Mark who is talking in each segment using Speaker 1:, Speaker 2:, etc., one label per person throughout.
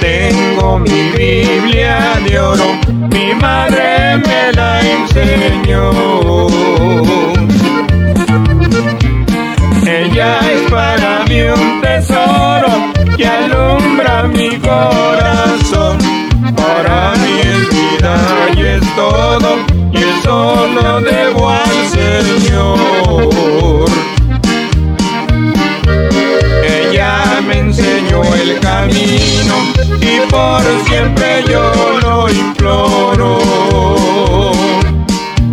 Speaker 1: tengo mi Biblia de oro, mi madre me la enseñó. Ella es para mí un tesoro que alumbra mi corazón. Para mí es vida y es todo, y el solo debo al Señor. Ella me enseñó el camino y por siempre yo lo imploro.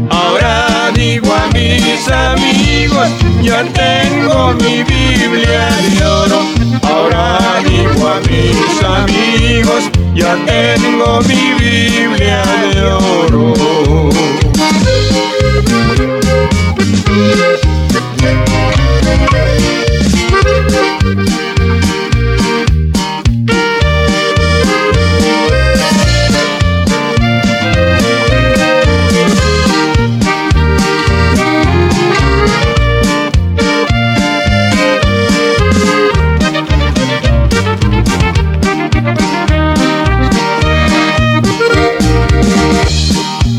Speaker 1: Ahora digo a mis amigos, yo tengo mi Biblia de oro. Ahora digo a mis amigos, yo tengo mi Biblia de oro.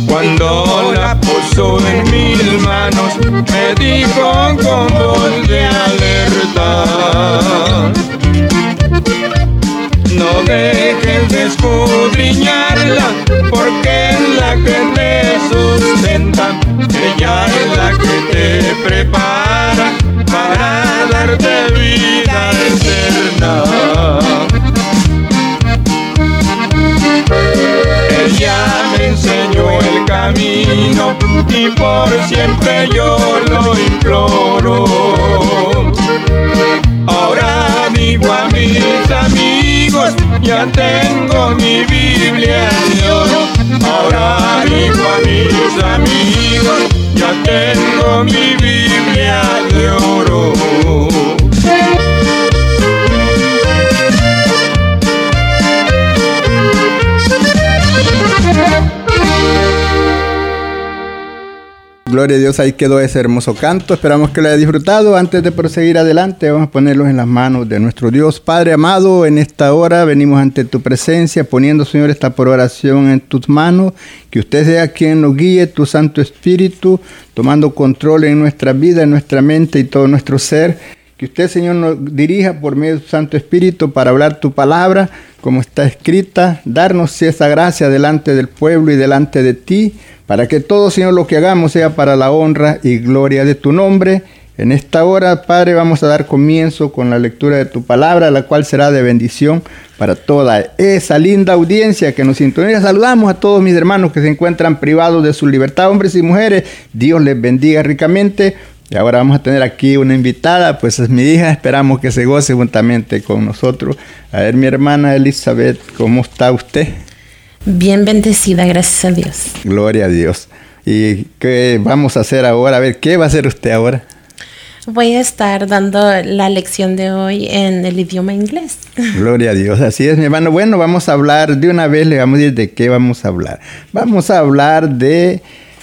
Speaker 1: Cuando la puso en mis manos, me dijo con voz de alerta. No dejes de escudriñarla, porque es la que te sustenta. Ella es la que te prepara para darte vida eterna. Ella me enseñó el camino y por siempre yo lo imploro. Ahora digo a mis amigos, ya tengo mi Biblia de oro. Ahora digo a mis amigos, ya tengo mi Biblia de oro.
Speaker 2: Gloria a Dios, ahí quedó ese hermoso canto. Esperamos que lo haya disfrutado. Antes de proseguir adelante, vamos a ponerlos en las manos de nuestro Dios. Padre amado, en esta hora venimos ante tu presencia, poniendo, Señor, esta por oración en tus manos. Que usted sea quien nos guíe, tu Santo Espíritu, tomando control en nuestra vida, en nuestra mente y todo nuestro ser. Que usted, Señor, nos dirija por medio de tu Santo Espíritu para hablar tu palabra, como está escrita. Darnos esa gracia delante del pueblo y delante de ti para que todo, Señor, lo que hagamos sea para la honra y gloria de tu nombre. En esta hora, Padre, vamos a dar comienzo con la lectura de tu palabra, la cual será de bendición para toda esa linda audiencia que nos sintoniza. Saludamos a todos mis hermanos que se encuentran privados de su libertad, hombres y mujeres. Dios les bendiga ricamente. Y ahora vamos a tener aquí una invitada, pues es mi hija, esperamos que se goce juntamente con nosotros. A ver, mi hermana Elizabeth, ¿cómo está usted?
Speaker 3: Bien bendecida, gracias a Dios.
Speaker 2: Gloria a Dios. ¿Y qué vamos a hacer ahora? A ver, ¿qué va a hacer usted ahora?
Speaker 3: Voy a estar dando la lección de hoy en el idioma inglés.
Speaker 2: Gloria a Dios. Así es, mi hermano. Bueno, vamos a hablar de una vez, le vamos a decir de qué vamos a hablar. Vamos a hablar de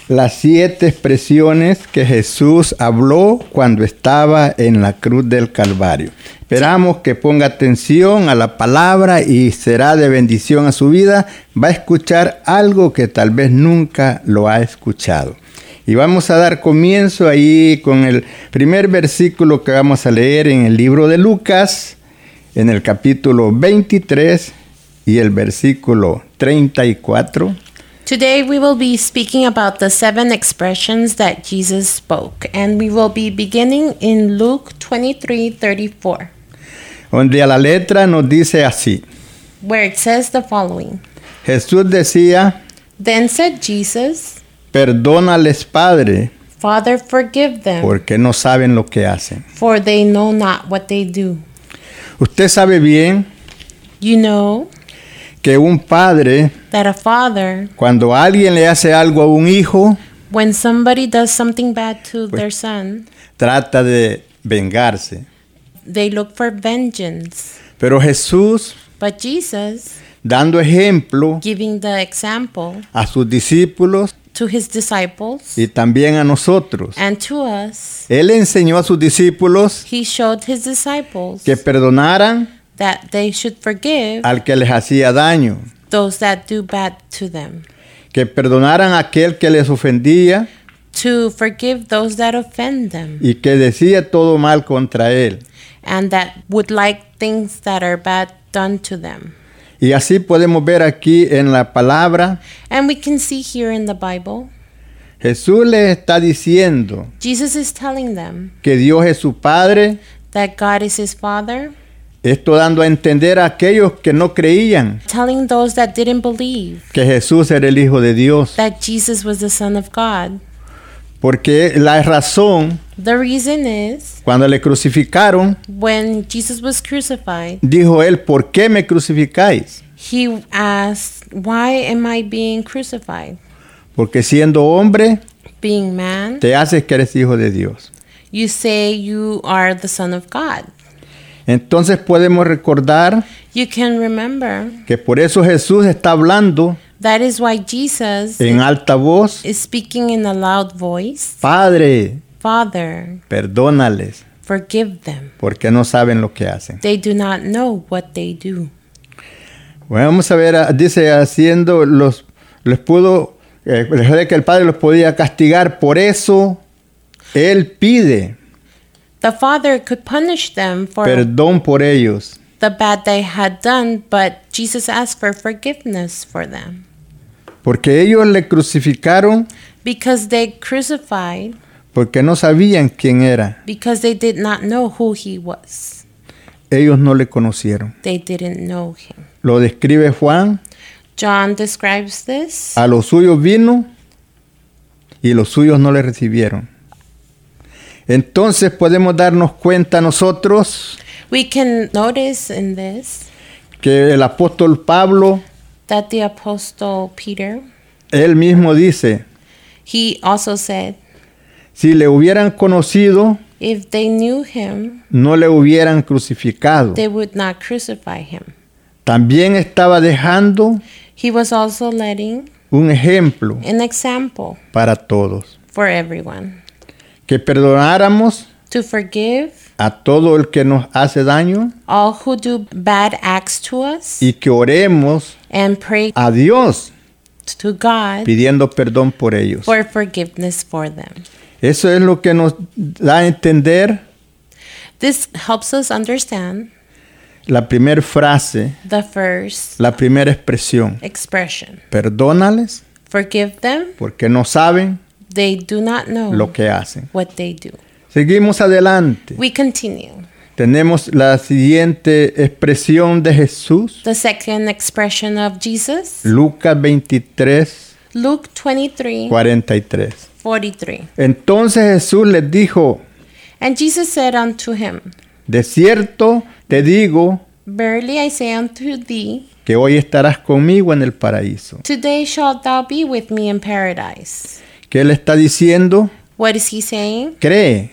Speaker 2: las siete expresiones que Jesús habló cuando estaba en la cruz del Calvario. Esperamos que ponga atención a la palabra y será de bendición a su vida. Va a escuchar algo que tal vez nunca lo ha escuchado. Y vamos a dar comienzo ahí con el primer versículo que vamos a leer en el libro de Lucas, en el capítulo 23 y el versículo 34.
Speaker 3: Today we will be speaking about the seven expressions that Jesus spoke, and we will be beginning in Luke 23:34,
Speaker 2: donde a la letra nos dice así.
Speaker 3: where it says the following.
Speaker 2: Jesús decía,
Speaker 3: Then said Jesus,
Speaker 2: perdónales Padre,
Speaker 3: Father, forgive them,
Speaker 2: porque no saben lo que hacen.
Speaker 3: for they know not what they do.
Speaker 2: Usted sabe bien
Speaker 3: You know
Speaker 2: que un padre,
Speaker 3: that a father,
Speaker 2: cuando alguien le hace algo a un hijo,
Speaker 3: when somebody does something bad to their son,
Speaker 2: trata de vengarse.
Speaker 3: they look for vengeance.
Speaker 2: Pero Jesús,
Speaker 3: But Jesus,
Speaker 2: dando ejemplo
Speaker 3: giving the example
Speaker 2: a sus discípulos
Speaker 3: to his disciples
Speaker 2: y también a nosotros,
Speaker 3: and to us,
Speaker 2: Él enseñó a sus discípulos
Speaker 3: he showed his disciples
Speaker 2: que perdonaran
Speaker 3: that they should forgive
Speaker 2: al que les hacía daño,
Speaker 3: those that do bad to them,
Speaker 2: que perdonaran a aquel que les ofendía
Speaker 3: to forgive those that offend them,
Speaker 2: y que decía todo mal contra él.
Speaker 3: and that would like things that are bad done to them.
Speaker 2: Y así podemos ver aquí en la palabra,
Speaker 3: And we can see here in the Bible,
Speaker 2: Jesús les está diciendo
Speaker 3: Jesus is telling them
Speaker 2: que Dios es su Padre,
Speaker 3: that God is his Father,
Speaker 2: esto dando a entender a aquellos que no creían
Speaker 3: telling those that didn't believe
Speaker 2: que Jesús era el Hijo de Dios,
Speaker 3: that Jesus was the Son of God.
Speaker 2: porque la razón,
Speaker 3: The reason is
Speaker 2: cuando le crucificaron,
Speaker 3: when Jesus was crucified,
Speaker 2: dijo él, ¿por qué me crucificáis?
Speaker 3: he asked, Why am I being crucified?
Speaker 2: Porque siendo hombre,
Speaker 3: Being man,
Speaker 2: te haces que eres hijo de Dios.
Speaker 3: you say you are the Son of God.
Speaker 2: Entonces podemos recordar
Speaker 3: You can remember
Speaker 2: que por eso Jesús está hablando
Speaker 3: that is why Jesus
Speaker 2: en alta voz,
Speaker 3: is speaking in a loud voice
Speaker 2: Padre,
Speaker 3: Father,
Speaker 2: perdónales,
Speaker 3: forgive them.
Speaker 2: porque no saben lo que hacen.
Speaker 3: They do not know what they do.
Speaker 2: Bueno, vamos a ver, ah, dice, haciendo los, les pudo, eh, les de que el Padre los podía castigar, por eso Él pide
Speaker 3: The Father could punish them for
Speaker 2: perdón por ellos.
Speaker 3: the bad they had done, but Jesus asked for forgiveness for them
Speaker 2: Porque ellos le crucificaron
Speaker 3: because they crucified
Speaker 2: porque no sabían quién era.
Speaker 3: because they did not know who he was.
Speaker 2: Ellos no le conocieron.
Speaker 3: They didn't know him.
Speaker 2: Lo describe Juan,
Speaker 3: John describes this.
Speaker 2: a los suyos vino y los suyos no le recibieron. Entonces podemos darnos cuenta nosotros
Speaker 3: We can notice in this
Speaker 2: que el apóstol Pablo,
Speaker 3: that the apostle Peter,
Speaker 2: él mismo dice,
Speaker 3: he also said,
Speaker 2: si le hubieran conocido,
Speaker 3: if they knew him,
Speaker 2: no le hubieran crucificado.
Speaker 3: they would not crucify him.
Speaker 2: También estaba dejando
Speaker 3: He was also letting
Speaker 2: un ejemplo
Speaker 3: an example
Speaker 2: para todos,
Speaker 3: for everyone
Speaker 2: que perdonáramos
Speaker 3: to forgive
Speaker 2: a todo el que nos hace daño
Speaker 3: all who do bad acts to us
Speaker 2: y que oremos
Speaker 3: and pray
Speaker 2: a Dios
Speaker 3: to God
Speaker 2: pidiendo perdón por ellos.
Speaker 3: for forgiveness for them.
Speaker 2: Eso es lo que nos da a entender
Speaker 3: This helps us understand
Speaker 2: la primera frase,
Speaker 3: the first
Speaker 2: la primera expresión.
Speaker 3: expression
Speaker 2: Perdónales
Speaker 3: forgive them,
Speaker 2: porque no saben
Speaker 3: they do not know
Speaker 2: lo que hacen.
Speaker 3: what they do.
Speaker 2: Seguimos adelante.
Speaker 3: We continue.
Speaker 2: Tenemos la siguiente expresión de Jesús,
Speaker 3: The second expression of Jesus,
Speaker 2: Lucas 23,
Speaker 3: Luke 23
Speaker 2: 43.
Speaker 3: 43.
Speaker 2: Entonces Jesús les dijo,
Speaker 3: And Jesus said unto him,
Speaker 2: de cierto te digo
Speaker 3: Verily I say unto thee,
Speaker 2: que hoy estarás conmigo en el paraíso.
Speaker 3: today shalt thou be with me in paradise.
Speaker 2: ¿Qué le está diciendo?
Speaker 3: What is he saying?
Speaker 2: Cree,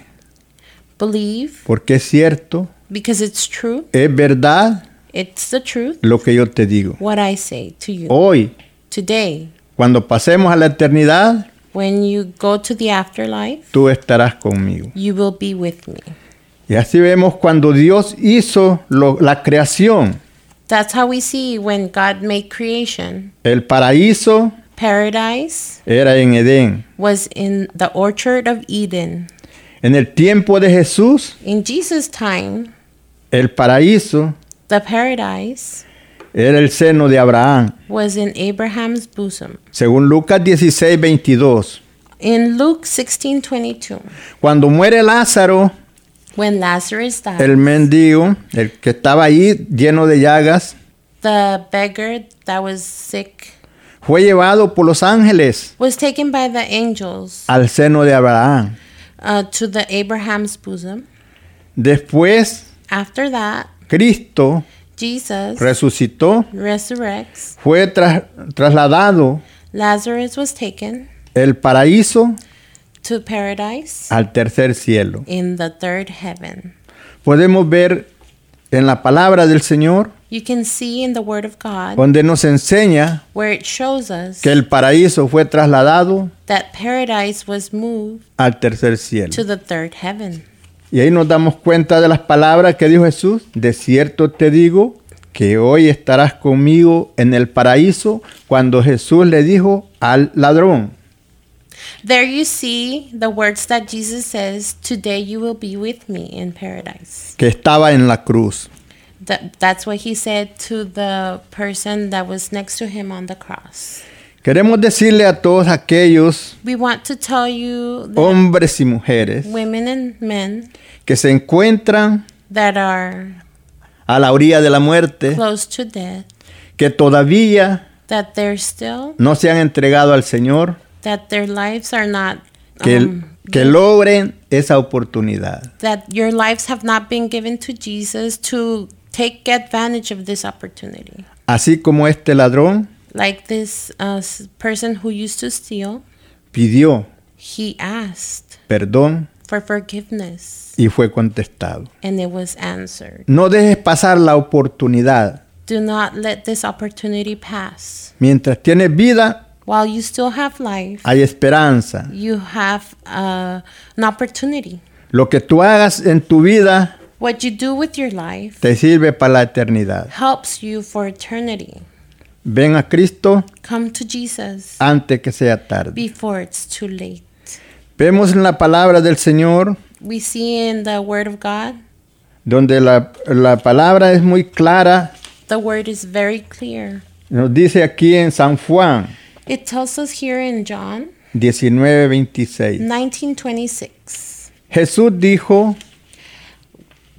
Speaker 3: Believe,
Speaker 2: porque es cierto,
Speaker 3: because it's true.
Speaker 2: es verdad
Speaker 3: It's the truth,
Speaker 2: lo que yo te digo.
Speaker 3: what I say to you.
Speaker 2: Hoy,
Speaker 3: Today,
Speaker 2: cuando pasemos a la eternidad,
Speaker 3: when you go to the afterlife,
Speaker 2: tú estarás conmigo.
Speaker 3: you will be with me.
Speaker 2: Y así vemos cuando Dios hizo lo- la creación,
Speaker 3: That's how we see when God made creation.
Speaker 2: el paraíso
Speaker 3: Paradise
Speaker 2: era en Edén.
Speaker 3: was in the orchard of Eden.
Speaker 2: En el tiempo de Jesús,
Speaker 3: In Jesus' time,
Speaker 2: el paraíso
Speaker 3: the paradise
Speaker 2: era el seno de Abraham,
Speaker 3: was in Abraham's bosom.
Speaker 2: según Lucas 16, 22.
Speaker 3: In Luke 16:22,
Speaker 2: Cuando muere Lázaro,
Speaker 3: when Lazarus died,
Speaker 2: el mendigo, el que estaba ahí lleno de llagas,
Speaker 3: the beggar that was sick
Speaker 2: fue llevado por los ángeles
Speaker 3: was taken by the angels
Speaker 2: al seno de Abraham.
Speaker 3: uh, to the Abraham's bosom.
Speaker 2: Después,
Speaker 3: After that,
Speaker 2: Cristo
Speaker 3: Jesus
Speaker 2: resucitó,
Speaker 3: resurrects.
Speaker 2: fue tras- trasladado
Speaker 3: Lazarus was taken
Speaker 2: el paraíso
Speaker 3: to paradise
Speaker 2: al tercer cielo.
Speaker 3: in the third heaven.
Speaker 2: Podemos ver en la palabra del Señor,
Speaker 3: You can see in the Word of God
Speaker 2: donde nos enseña
Speaker 3: where it shows us
Speaker 2: que el paraíso fue trasladado
Speaker 3: that paradise was moved
Speaker 2: al tercer cielo.
Speaker 3: to the third heaven.
Speaker 2: Y ahí nos damos cuenta de las palabras que dijo Jesús. De cierto te digo que hoy estarás conmigo en el paraíso cuando Jesús le dijo al ladrón.
Speaker 3: There you see the words that Jesus says, Today you will be with me in paradise.
Speaker 2: que estaba en la cruz.
Speaker 3: Th- that's what he said to the person that was next to him on the cross.
Speaker 2: Queremos decirle a todos aquellos
Speaker 3: We want to tell you, that
Speaker 2: hombres y mujeres
Speaker 3: women and men,
Speaker 2: que se encuentran
Speaker 3: that are
Speaker 2: a la orilla de la muerte,
Speaker 3: close to death,
Speaker 2: que todavía
Speaker 3: that they're still,
Speaker 2: no se han entregado al Señor,
Speaker 3: that their lives are not,
Speaker 2: que,
Speaker 3: um,
Speaker 2: que logren esa oportunidad.
Speaker 3: that your lives have not been given to Jesus to take advantage of this opportunity.
Speaker 2: Así como este ladrón
Speaker 3: Like this uh, s- person who used to steal,
Speaker 2: pidió
Speaker 3: he asked
Speaker 2: perdón
Speaker 3: for forgiveness.
Speaker 2: y fue contestado.
Speaker 3: and it was answered.
Speaker 2: No dejes pasar la oportunidad.
Speaker 3: Do not let this opportunity pass.
Speaker 2: Mientras tienes vida,
Speaker 3: While you still have life,
Speaker 2: hay esperanza.
Speaker 3: you have uh, an opportunity.
Speaker 2: Lo que tú hagas en tu vida
Speaker 3: What you do with your life
Speaker 2: te sirve para la eternidad.
Speaker 3: helps you for eternity.
Speaker 2: Ven a Cristo
Speaker 3: Come to Jesus
Speaker 2: antes que sea tarde.
Speaker 3: before it's too late.
Speaker 2: Vemos en la palabra del Señor,
Speaker 3: We see in the Word of God,
Speaker 2: donde la, la palabra es muy clara,
Speaker 3: the Word is very clear.
Speaker 2: nos dice aquí en San Juan
Speaker 3: It tells us here in John
Speaker 2: 19:26.
Speaker 3: 19:26.
Speaker 2: Jesús dijo,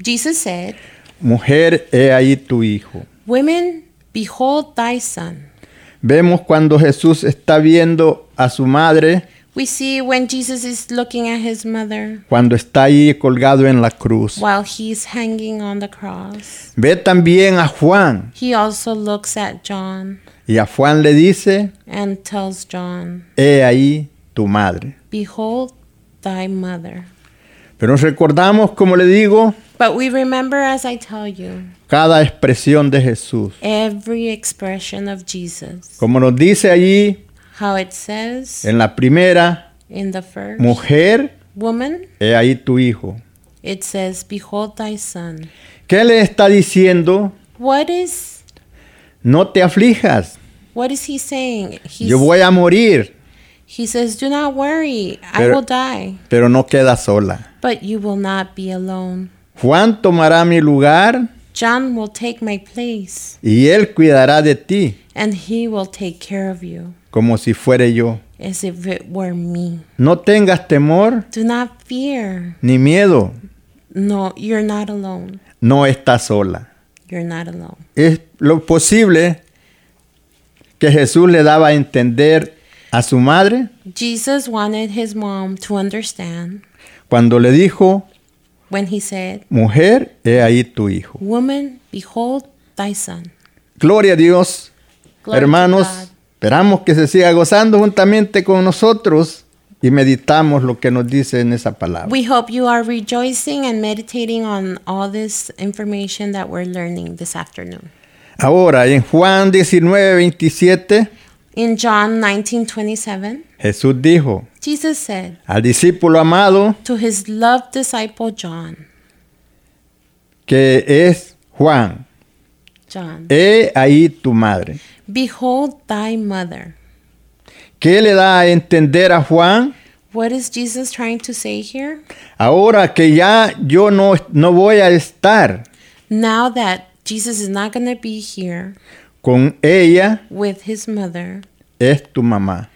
Speaker 3: Jesus said,
Speaker 2: mujer, he ahí tu hijo.
Speaker 3: "Women, behold thy son."
Speaker 2: Vemos cuando Jesús está viendo a su madre,
Speaker 3: We see when Jesus is looking at his mother
Speaker 2: cuando está ahí colgado en la cruz.
Speaker 3: while he's hanging on the cross.
Speaker 2: Ve también a Juan
Speaker 3: He also looks at John
Speaker 2: y a Juan le dice,
Speaker 3: and tells John,
Speaker 2: he ahí tu madre.
Speaker 3: Behold thy mother.
Speaker 2: Pero nos recordamos, como le digo,
Speaker 3: But we remember, as I tell you,
Speaker 2: cada expresión de Jesús.
Speaker 3: every expression of Jesus.
Speaker 2: Como nos dice allí
Speaker 3: How it says
Speaker 2: en la primera,
Speaker 3: in the first
Speaker 2: mujer,
Speaker 3: woman,
Speaker 2: he ahí tu hijo.
Speaker 3: it says, Behold thy son.
Speaker 2: ¿Qué le está diciendo?
Speaker 3: What is
Speaker 2: No te aflijas,
Speaker 3: what is he saying? He's,
Speaker 2: yo voy a morir,
Speaker 3: he says, Do not worry, I
Speaker 2: Pero-
Speaker 3: will die,
Speaker 2: pero no queda sola.
Speaker 3: but you will not be alone.
Speaker 2: Juan tomará mi lugar
Speaker 3: John will take my place,
Speaker 2: y él cuidará de ti
Speaker 3: and he will take care of you
Speaker 2: como si fuere yo.
Speaker 3: as if it were me.
Speaker 2: No tengas temor
Speaker 3: Do not fear.
Speaker 2: ni miedo,
Speaker 3: No, you're not alone.
Speaker 2: no estás sola.
Speaker 3: You're not alone.
Speaker 2: Es lo posible que Jesús le daba a entender a su madre
Speaker 3: Jesus wanted his mom to understand
Speaker 2: cuando le dijo,
Speaker 3: when he said,
Speaker 2: mujer, he ahí tu hijo.
Speaker 3: Woman, behold thy son.
Speaker 2: Gloria a Dios,
Speaker 3: Gloria
Speaker 2: hermanos.
Speaker 3: a God.
Speaker 2: Esperamos que se siga gozando juntamente con nosotros y meditamos lo que nos dice en esa palabra.
Speaker 3: We hope you are rejoicing and meditating on all this information that we're learning this afternoon.
Speaker 2: Ahora, en Juan 19, 27,
Speaker 3: In John 19:27,
Speaker 2: Jesús dijo
Speaker 3: Jesus said
Speaker 2: al discípulo amado,
Speaker 3: to his loved disciple John,
Speaker 2: que es Juan,
Speaker 3: John,
Speaker 2: he ahí tu madre.
Speaker 3: Behold thy mother.
Speaker 2: ¿Qué le da a entender a Juan?
Speaker 3: What is Jesus trying to say here?
Speaker 2: Ahora que ya yo no, no voy a estar
Speaker 3: Now that Jesus is not going to be here
Speaker 2: con ella,
Speaker 3: with his mother,
Speaker 2: es tu mamá.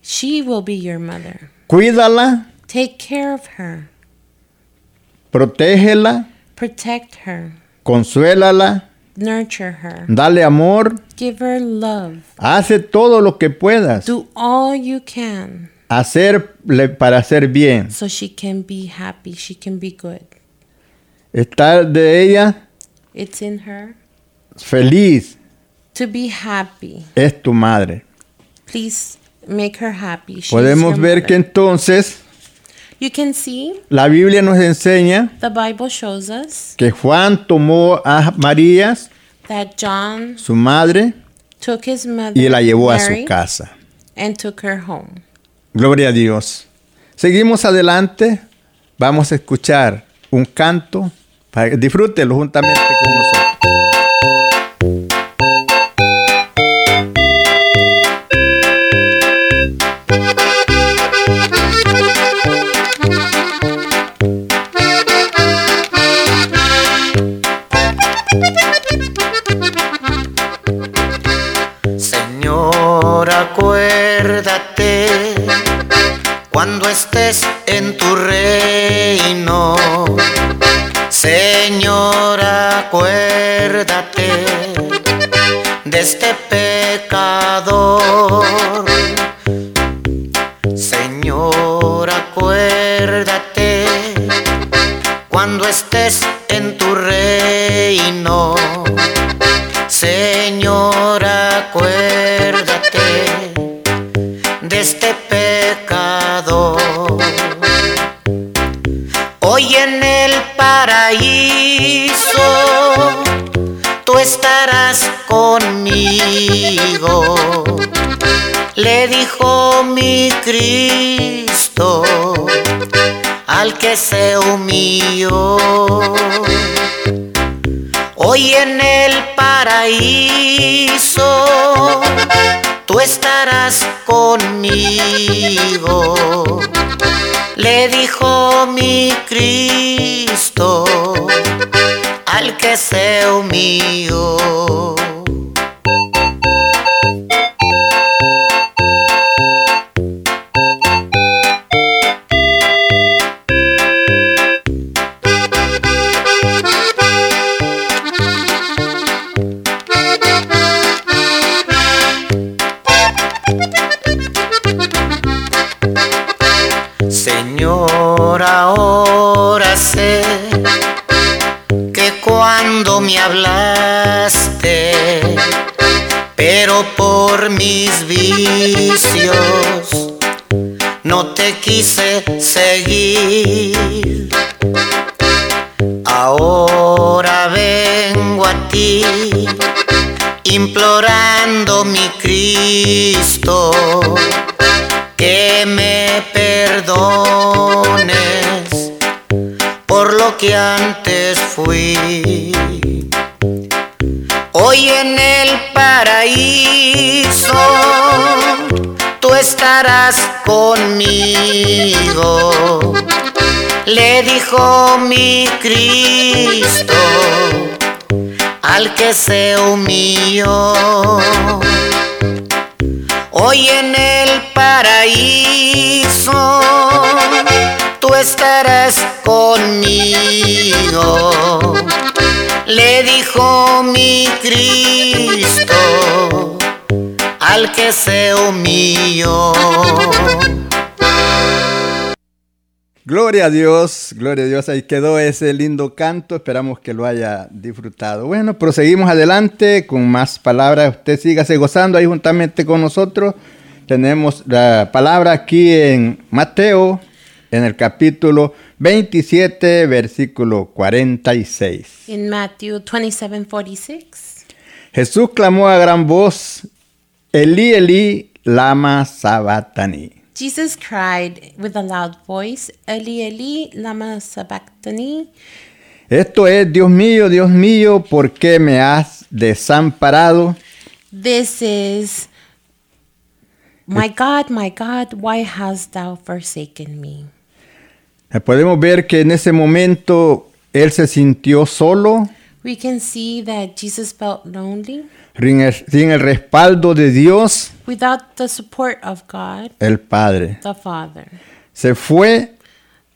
Speaker 3: she will be your mother.
Speaker 2: Cuídala,
Speaker 3: Take care of her,
Speaker 2: protégela,
Speaker 3: protect her,
Speaker 2: consuélala,
Speaker 3: nurture her,
Speaker 2: dale amor,
Speaker 3: give her love.
Speaker 2: hace todo lo que puedas
Speaker 3: Do all you can
Speaker 2: hacerle para hacer bien.
Speaker 3: so she can be happy, she can be good.
Speaker 2: Estar de ella
Speaker 3: It's in her
Speaker 2: feliz
Speaker 3: to be happy.
Speaker 2: es tu madre.
Speaker 3: Please make her happy. She is
Speaker 2: Podemos
Speaker 3: your
Speaker 2: ver que
Speaker 3: mother.
Speaker 2: entonces
Speaker 3: You can see
Speaker 2: la Biblia nos enseña
Speaker 3: the Bible shows us
Speaker 2: que Juan tomó a María,
Speaker 3: that John
Speaker 2: su madre,
Speaker 3: took his mother
Speaker 2: y la llevó a
Speaker 3: Mary,
Speaker 2: su casa.
Speaker 3: and took her home.
Speaker 2: Gloria a Dios. Seguimos adelante. Vamos a escuchar un canto para que disfrútelo juntamente con nosotros.
Speaker 4: Señor, acuérdate cuando estés en tu reino. Señor, acuérdate de este pecador. Señor, acuérdate cuando estés en tu reino. Señor, acuérdate de este pecado. Hoy en el paraíso tú estarás conmigo, le dijo mi Cristo al que se humilló. Hoy en el paraíso tú estarás conmigo, le dijo mi Cristo al que se humilló. Señor, ahora sé que cuando me hablaste, pero por mis vicios no te quise seguir. Ahora vengo a ti implorando mi Cristo que me perdones por lo que antes fui. Hoy en el paraíso tú estarás conmigo, le dijo mi Cristo al que se humilló. Hoy en el paraíso tú estarás conmigo, le dijo mi Cristo al que se humilló.
Speaker 2: Gloria a Dios, gloria a Dios. Ahí quedó ese lindo canto. Esperamos que lo haya disfrutado. Bueno, proseguimos adelante con más palabras. Usted sígase gozando ahí juntamente con nosotros. Tenemos la palabra aquí en Mateo, en el capítulo 27, versículo 46.
Speaker 3: In Matthew 27:46,
Speaker 2: Jesús clamó a gran voz, Elí, Elí, lama sabatani.
Speaker 3: Jesus cried with a loud voice, Eli Eli lama sabachthani.
Speaker 2: Esto es, Dios mío, Dios mío, ¿por qué me has desamparado?
Speaker 3: This is my God, my God, why hast thou forsaken me?
Speaker 2: Eh, Podemos ver que en ese momento él se sintió solo,
Speaker 3: We can see that Jesus felt lonely
Speaker 2: sin el, sin el respaldo de Dios,
Speaker 3: without the support of God,
Speaker 2: el Padre.
Speaker 3: the Father.
Speaker 2: Se fue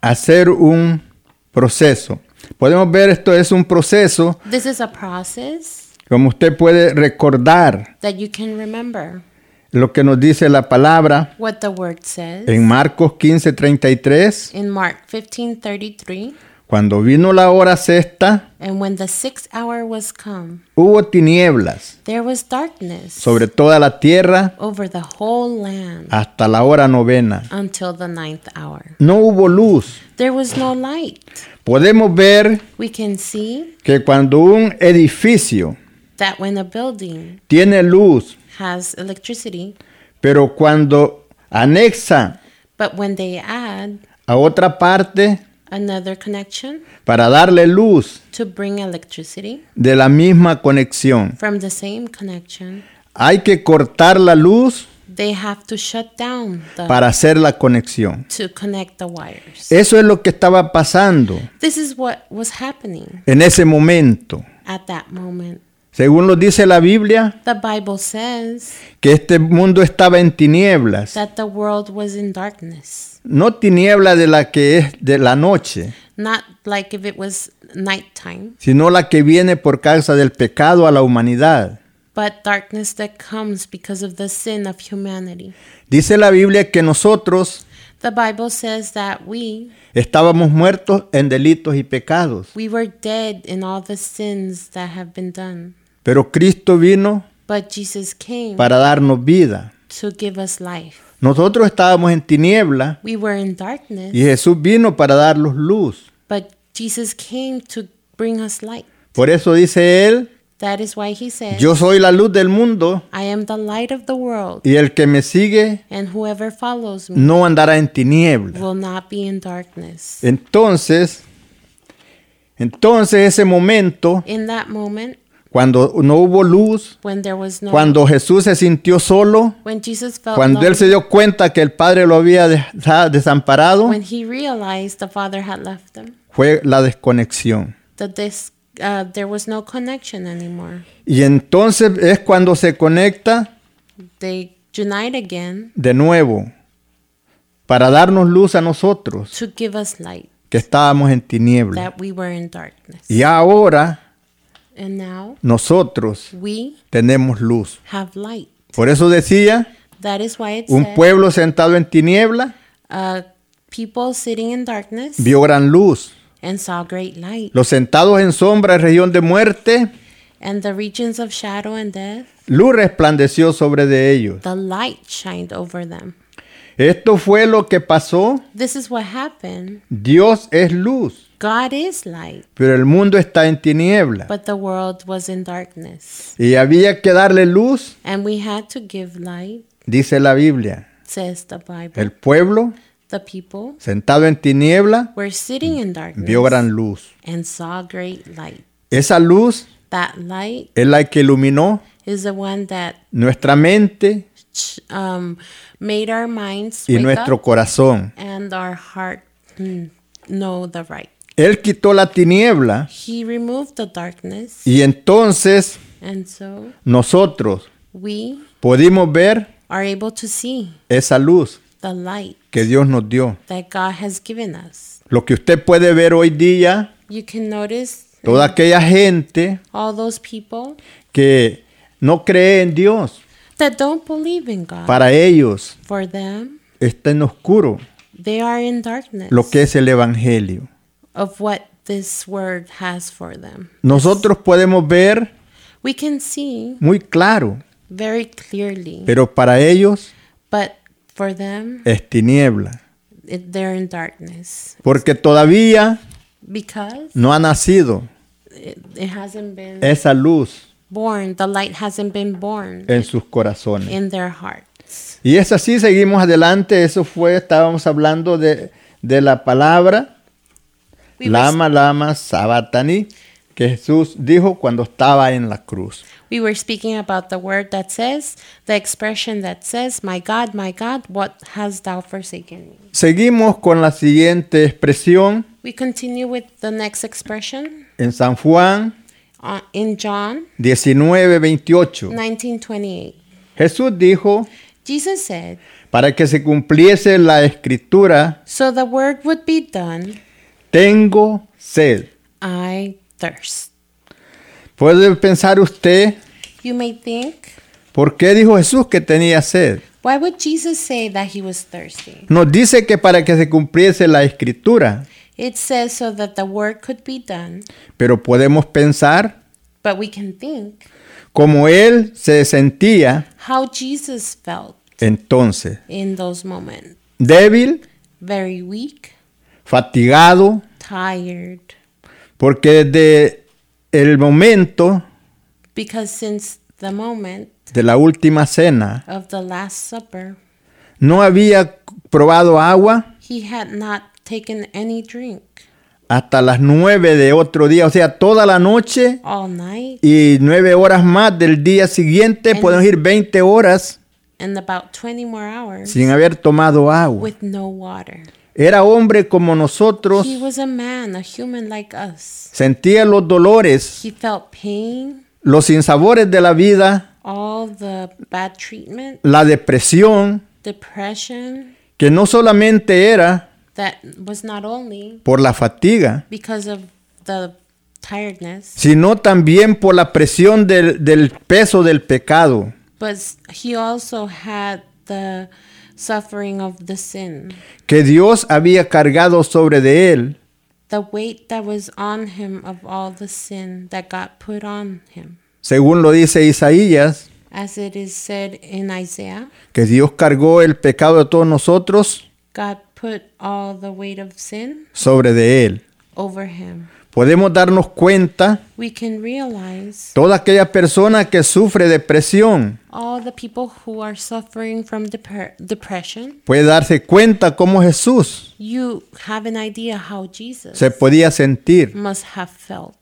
Speaker 2: a hacer un proceso. Podemos ver esto es un proceso,
Speaker 3: This is a process
Speaker 2: como usted puede recordar
Speaker 3: that you can remember
Speaker 2: lo que nos dice la palabra
Speaker 3: what the word says
Speaker 2: en Marcos 15:33,
Speaker 3: in Mark 15:33,
Speaker 2: cuando vino la hora sexta,
Speaker 3: and when the sixth hour was come,
Speaker 2: hubo tinieblas
Speaker 3: there was darkness
Speaker 2: sobre toda la tierra
Speaker 3: over the whole land
Speaker 2: hasta la hora novena.
Speaker 3: until the ninth hour.
Speaker 2: No hubo luz.
Speaker 3: There was no light.
Speaker 2: Podemos ver
Speaker 3: We can see
Speaker 2: que cuando un edificio
Speaker 3: that when a building
Speaker 2: tiene luz,
Speaker 3: has electricity,
Speaker 2: pero cuando anexa
Speaker 3: but when they add
Speaker 2: a otra parte,
Speaker 3: another connection,
Speaker 2: para darle luz
Speaker 3: to bring electricity
Speaker 2: de la misma conexión.
Speaker 3: from the same connection.
Speaker 2: Hay que cortar la luz
Speaker 3: They have to shut down the
Speaker 2: para hacer la conexión.
Speaker 3: to connect the wires.
Speaker 2: Eso es lo que estaba pasando
Speaker 3: This is what was happening
Speaker 2: en ese momento.
Speaker 3: at that moment.
Speaker 2: Según lo dice la Biblia,
Speaker 3: The Bible says
Speaker 2: que este mundo estaba en tinieblas,
Speaker 3: that the world was in darkness,
Speaker 2: no tiniebla de la que es de la noche,
Speaker 3: not like if it was nighttime,
Speaker 2: sino la que viene por causa del pecado a la humanidad.
Speaker 3: but darkness that comes because of the sin of humanity.
Speaker 2: Dice la Biblia que nosotros
Speaker 3: The Bible says that we
Speaker 2: estábamos muertos en delitos y pecados,
Speaker 3: we were dead in all the sins that have been done,
Speaker 2: pero Cristo vino
Speaker 3: but Jesus came
Speaker 2: para darnos vida.
Speaker 3: to give us life.
Speaker 2: Nosotros estábamos en tiniebla
Speaker 3: We were in darkness,
Speaker 2: y Jesús vino para darnos luz.
Speaker 3: but Jesus came to bring us light.
Speaker 2: Por eso dice él,
Speaker 3: That is why he said,
Speaker 2: yo soy la luz del mundo
Speaker 3: I am the light of the world,
Speaker 2: y el que me sigue
Speaker 3: and whoever follows me
Speaker 2: no andará en tiniebla.
Speaker 3: will not be in darkness.
Speaker 2: Entonces, entonces ese momento,
Speaker 3: In that moment,
Speaker 2: cuando no hubo luz,
Speaker 3: when there was no,
Speaker 2: cuando Jesús se sintió solo,
Speaker 3: when Jesus felt
Speaker 2: cuando él
Speaker 3: lonely,
Speaker 2: se dio cuenta que el Padre lo había deja- desamparado,
Speaker 3: when he realized the Father had left him,
Speaker 2: fue la desconexión.
Speaker 3: that this uh, there was no connection anymore.
Speaker 2: Y entonces es cuando se conecta
Speaker 3: They unite again
Speaker 2: de nuevo para darnos luz a nosotros
Speaker 3: to give us light
Speaker 2: que estábamos en tinieblas.
Speaker 3: that we were in darkness,
Speaker 2: Y ahora
Speaker 3: and now
Speaker 2: nosotros
Speaker 3: we
Speaker 2: tenemos luz.
Speaker 3: have light.
Speaker 2: Por eso decía,
Speaker 3: That is why it
Speaker 2: un
Speaker 3: said,
Speaker 2: pueblo sentado en tinieblas
Speaker 3: uh, "People sitting in darkness
Speaker 2: vio gran luz.
Speaker 3: and saw great light."
Speaker 2: Los sentados en sombra en región de muerte,
Speaker 3: and the regions of shadow and death,
Speaker 2: luz resplandeció sobre de ellos.
Speaker 3: the light shined over them.
Speaker 2: Esto fue lo que pasó.
Speaker 3: This is what happened.
Speaker 2: Dios es luz,
Speaker 3: God is light,
Speaker 2: pero el mundo está en tinieblas.
Speaker 3: but the world was in darkness.
Speaker 2: Y había que darle luz,
Speaker 3: And we had to give light,
Speaker 2: dice la Biblia.
Speaker 3: says the Bible.
Speaker 2: El pueblo,
Speaker 3: the people
Speaker 2: sentado en tiniebla,
Speaker 3: were sitting in
Speaker 2: vio gran
Speaker 3: darkness
Speaker 2: luz.
Speaker 3: and saw great light.
Speaker 2: Esa luz
Speaker 3: That light
Speaker 2: es la que iluminó
Speaker 3: is the one that
Speaker 2: nuestra mente
Speaker 3: um, made our minds
Speaker 2: y
Speaker 3: wake
Speaker 2: nuestro
Speaker 3: up
Speaker 2: corazón.
Speaker 3: and our heart mm, know the right.
Speaker 2: Él quitó la tiniebla
Speaker 3: He removed the darkness,
Speaker 2: y entonces
Speaker 3: and so
Speaker 2: nosotros
Speaker 3: we
Speaker 2: pudimos ver
Speaker 3: are able to see
Speaker 2: esa luz
Speaker 3: the light
Speaker 2: que Dios nos dio.
Speaker 3: that God has given us.
Speaker 2: Lo que usted puede ver hoy día,
Speaker 3: You can notice
Speaker 2: toda aquella gente
Speaker 3: all those people
Speaker 2: que no cree en Dios,
Speaker 3: that don't believe in God.
Speaker 2: para ellos
Speaker 3: For them,
Speaker 2: está en oscuro
Speaker 3: they are in darkness
Speaker 2: lo que es el Evangelio.
Speaker 3: of what this word has for them.
Speaker 2: Nosotros podemos ver
Speaker 3: We can see
Speaker 2: muy claro,
Speaker 3: very clearly,
Speaker 2: pero para ellos
Speaker 3: but for them,
Speaker 2: es tiniebla,
Speaker 3: it, they're in darkness
Speaker 2: porque todavía
Speaker 3: because
Speaker 2: no ha nacido
Speaker 3: it, it hasn't been
Speaker 2: esa luz
Speaker 3: born. The light hasn't been born
Speaker 2: en sus corazones.
Speaker 3: in their hearts.
Speaker 2: Y es así, seguimos adelante. Eso fue, estábamos hablando de, de la palabra
Speaker 3: We were,
Speaker 2: Lama Lama Sabatani que Jesús dijo cuando estaba en la cruz.
Speaker 3: we were speaking about the word that says, the expression that says, My God, my God, what hast thou forsaken me?
Speaker 2: Seguimos con la siguiente expresión
Speaker 3: We continue with the next expression
Speaker 2: en San Juan
Speaker 3: uh, in John
Speaker 2: 19, 28.
Speaker 3: 1928.
Speaker 2: Jesús dijo,
Speaker 3: Jesus said,
Speaker 2: para que se cumpliese la escritura,
Speaker 3: So the word would be done,
Speaker 2: tengo sed.
Speaker 3: I thirst.
Speaker 2: Puede pensar usted,
Speaker 3: You may think,
Speaker 2: ¿por qué dijo Jesús que tenía sed?
Speaker 3: why would Jesus say that he was thirsty?
Speaker 2: Nos dice que para que se cumpliese la escritura.
Speaker 3: It says so that the word could be done,
Speaker 2: Pero podemos pensar
Speaker 3: but we can think
Speaker 2: como él se sentía
Speaker 3: how Jesus felt
Speaker 2: entonces,
Speaker 3: in those moments.
Speaker 2: débil,
Speaker 3: Very weak,
Speaker 2: fatigado,
Speaker 3: tired,
Speaker 2: porque desde el momento
Speaker 3: because since the moment
Speaker 2: de la última cena
Speaker 3: of the Last Supper,
Speaker 2: no había probado agua
Speaker 3: he had not taken any drink
Speaker 2: hasta las 9 de otro día, o sea, toda la noche
Speaker 3: all night
Speaker 2: y 9 horas más del día siguiente,
Speaker 3: En-
Speaker 2: podemos ir 20 horas
Speaker 3: and about 20 more hours
Speaker 2: sin haber tomado agua.
Speaker 3: with no water.
Speaker 2: Era hombre como nosotros,
Speaker 3: He was a man, a human like us.
Speaker 2: sentía los dolores,
Speaker 3: He felt pain,
Speaker 2: los sinsabores de la vida,
Speaker 3: all the bad treatment,
Speaker 2: la depresión,
Speaker 3: depression
Speaker 2: que no solamente era
Speaker 3: that was not only
Speaker 2: por la fatiga,
Speaker 3: because of the tiredness,
Speaker 2: sino también por la presión del, del peso del pecado.
Speaker 3: but he also had the suffering of the sin,
Speaker 2: que Dios había cargado sobre de él
Speaker 3: the weight that was on him of all the sin that got put on him.
Speaker 2: Según lo dice Isaías,
Speaker 3: As it is said in Isaiah,
Speaker 2: que Dios cargó el pecado de todos nosotros
Speaker 3: God put all the weight of sin
Speaker 2: sobre de él.
Speaker 3: over him.
Speaker 2: Podemos darnos cuenta,
Speaker 3: We can realize
Speaker 2: toda aquella persona que sufre depresión
Speaker 3: all the people who are suffering from dep- depression.
Speaker 2: puede darse cuenta cómo Jesús
Speaker 3: You have an idea how Jesus
Speaker 2: se podía sentir,
Speaker 3: must have felt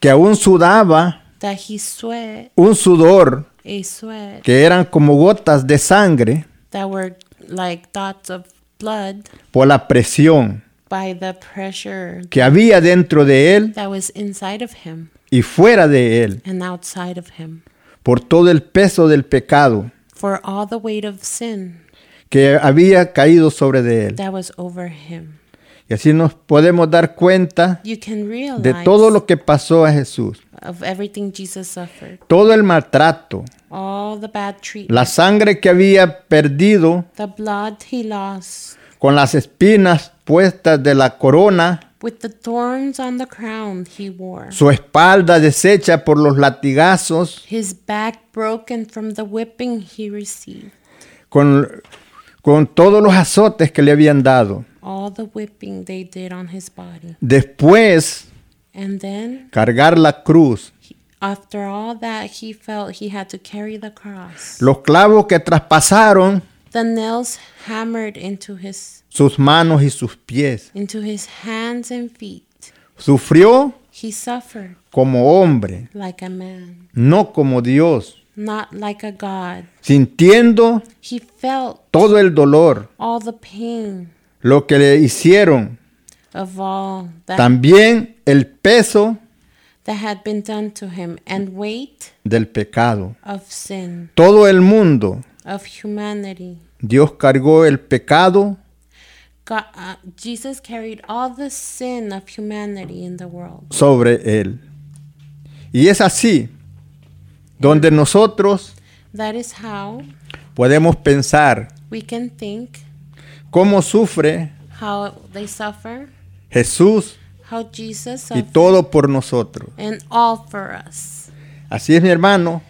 Speaker 2: que aún sudaba
Speaker 3: that he sweat
Speaker 2: un sudor
Speaker 3: a sweat
Speaker 2: que eran como gotas de sangre
Speaker 3: that were like dots of blood
Speaker 2: por la presión
Speaker 3: by the pressure
Speaker 2: que había dentro de él
Speaker 3: that was inside of him
Speaker 2: y fuera de él,
Speaker 3: and outside of him
Speaker 2: por todo el peso del pecado.
Speaker 3: for all the weight of sin
Speaker 2: que había caído sobre de él.
Speaker 3: that was over him.
Speaker 2: Y así nos podemos dar cuenta
Speaker 3: You can realize
Speaker 2: de todo lo que pasó a Jesús.
Speaker 3: of everything Jesus suffered,
Speaker 2: Todo el maltrato,
Speaker 3: all the bad treatment,
Speaker 2: la sangre que había perdido
Speaker 3: the blood he lost
Speaker 2: con las espinas puestas de la corona,
Speaker 3: with the thorns on the crown he wore,
Speaker 2: su espalda deshecha por los latigazos,
Speaker 3: his back broken from the whipping he received,
Speaker 2: con, con todos los azotes que le habían dado.
Speaker 3: all the whipping they did on his body.
Speaker 2: Después,
Speaker 3: And then,
Speaker 2: cargar la cruz,
Speaker 3: he- after all that, he felt he had to carry the cross.
Speaker 2: los clavos que traspasaron
Speaker 3: The nails hammered into his
Speaker 2: sus manos y sus pies.
Speaker 3: into his hands and feet.
Speaker 2: Sufrió
Speaker 3: He suffered
Speaker 2: como hombre.
Speaker 3: like a man,
Speaker 2: no como Dios,
Speaker 3: not like a god.
Speaker 2: sintiendo
Speaker 3: He felt
Speaker 2: todo el dolor,
Speaker 3: all the pain
Speaker 2: lo que le hicieron,
Speaker 3: of all that
Speaker 2: también el peso
Speaker 3: that had been done to him and weight
Speaker 2: del pecado.
Speaker 3: of sin,
Speaker 2: Todo el mundo,
Speaker 3: of humanity.
Speaker 2: Dios cargó el pecado
Speaker 3: God, uh, Jesus carried all the sin of humanity in the world.
Speaker 2: sobre él. Y es así donde nosotros
Speaker 3: That is how
Speaker 2: podemos pensar
Speaker 3: we can think
Speaker 2: cómo sufre
Speaker 3: how they suffer,
Speaker 2: Jesús
Speaker 3: how Jesus
Speaker 2: y
Speaker 3: suffered,
Speaker 2: todo por nosotros.
Speaker 3: and all for us.
Speaker 2: Así es mi hermano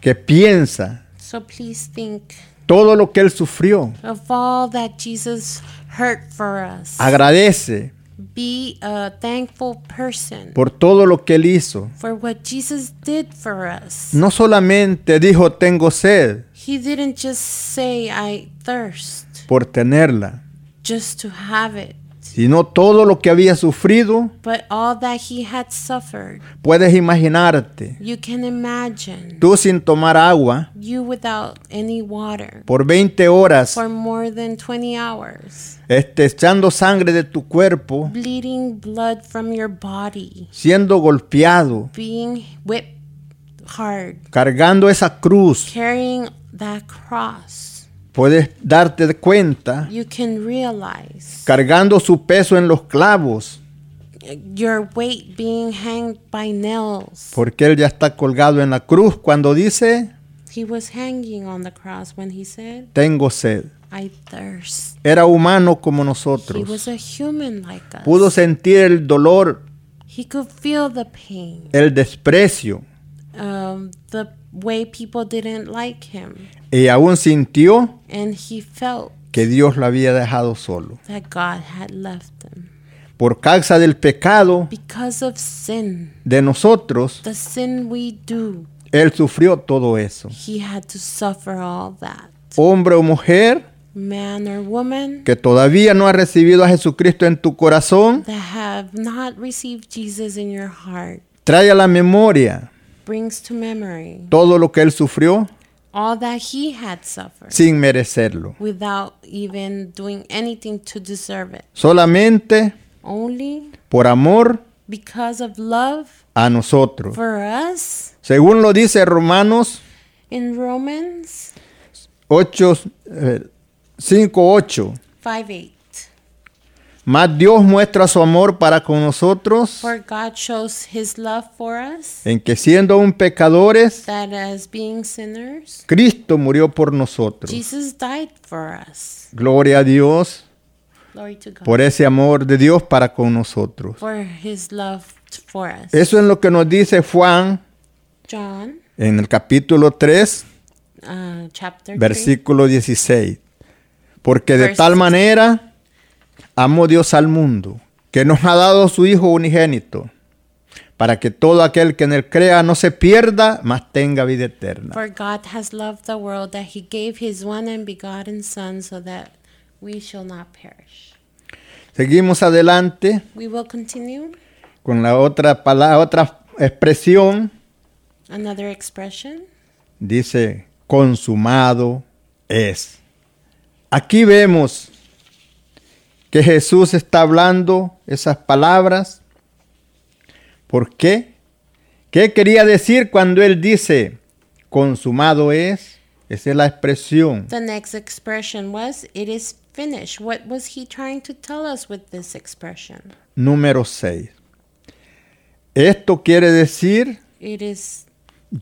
Speaker 2: que piensa
Speaker 3: So please think
Speaker 2: todo lo que él sufrió,
Speaker 3: of all that Jesus hurt for us.
Speaker 2: agradece
Speaker 3: Be a thankful person
Speaker 2: por todo lo que él hizo.
Speaker 3: for what Jesus did for us.
Speaker 2: No solamente dijo tengo sed
Speaker 3: He didn't just say, I thirst,
Speaker 2: por tenerla,
Speaker 3: just to have it,
Speaker 2: sino todo lo que había sufrido,
Speaker 3: but all that he had suffered.
Speaker 2: puedes imaginarte,
Speaker 3: You can imagine
Speaker 2: tú sin tomar agua
Speaker 3: you without any water
Speaker 2: por 20 horas,
Speaker 3: for more than 20 hours,
Speaker 2: este, echando sangre de tu cuerpo,
Speaker 3: bleeding blood from your body,
Speaker 2: siendo golpeado,
Speaker 3: being whipped hard,
Speaker 2: cargando esa cruz,
Speaker 3: carrying that cross.
Speaker 2: puedes darte cuenta,
Speaker 3: You can realize
Speaker 2: cargando su peso en los clavos,
Speaker 3: your weight being hanged by nails.
Speaker 2: porque él ya está colgado en la cruz cuando dice
Speaker 3: He was hanging on the cross when he said,
Speaker 2: tengo sed.
Speaker 3: I thirst.
Speaker 2: Era humano como
Speaker 3: He
Speaker 2: nosotros.
Speaker 3: was a human like us.
Speaker 2: pudo sentir el dolor,
Speaker 3: He could feel the pain,
Speaker 2: el desprecio,
Speaker 3: um, the way people didn't like him,
Speaker 2: y aún sintió
Speaker 3: and he felt
Speaker 2: que Dios lo había dejado solo.
Speaker 3: that God had left him
Speaker 2: Por causa del pecado
Speaker 3: because of sin,
Speaker 2: de nosotros,
Speaker 3: the sin we do.
Speaker 2: Él sufrió todo eso.
Speaker 3: He had to suffer all that,
Speaker 2: Hombre o mujer,
Speaker 3: man or woman
Speaker 2: que todavía no has recibido a Jesucristo en tu corazón,
Speaker 3: that have not received Jesus in your heart
Speaker 2: trae a la memoria
Speaker 3: brings to memory
Speaker 2: todo lo que Él sufrió
Speaker 3: all that he had suffered
Speaker 2: sin merecerlo.
Speaker 3: without even doing anything to deserve it.
Speaker 2: Solamente
Speaker 3: Only
Speaker 2: por amor
Speaker 3: because of love
Speaker 2: a nosotros.
Speaker 3: for us
Speaker 2: Según lo dice Romanos
Speaker 3: in Romans
Speaker 2: 8, eh, 5, 8.
Speaker 3: 5 8.
Speaker 2: Más Dios muestra su amor para con nosotros
Speaker 3: For God shows his love for us
Speaker 2: en que siendo aún pecadores,
Speaker 3: that as being sinners,
Speaker 2: Cristo murió por nosotros.
Speaker 3: Jesus died for us.
Speaker 2: Gloria a Dios
Speaker 3: Glory to God.
Speaker 2: por e- ese amor de Dios para con nosotros.
Speaker 3: for his love t- for us.
Speaker 2: Eso es lo que nos dice Juan
Speaker 3: John
Speaker 2: en el capítulo 3,
Speaker 3: uh, chapter 3.
Speaker 2: versículo 16. Porque de tal
Speaker 3: Versículo.
Speaker 2: manera amó Dios al mundo, que nos ha dado su Hijo unigénito, para que todo aquel que en él crea no se pierda, mas tenga vida eterna.
Speaker 3: For God has loved the world that he gave his one and begotten Son so that we shall not perish.
Speaker 2: Seguimos adelante
Speaker 3: We will continue.
Speaker 2: con la otra palabra, otra expresión.
Speaker 3: Another expression.
Speaker 2: dice, consumado es. Aquí vemos que Jesús está hablando esas palabras. ¿Por qué? ¿Qué quería decir cuando él dice, consumado es? Esa es la expresión.
Speaker 3: The next expression was, It is finished. What was he trying to tell us with this expression?
Speaker 2: Número 6. Esto quiere decir,
Speaker 3: It is,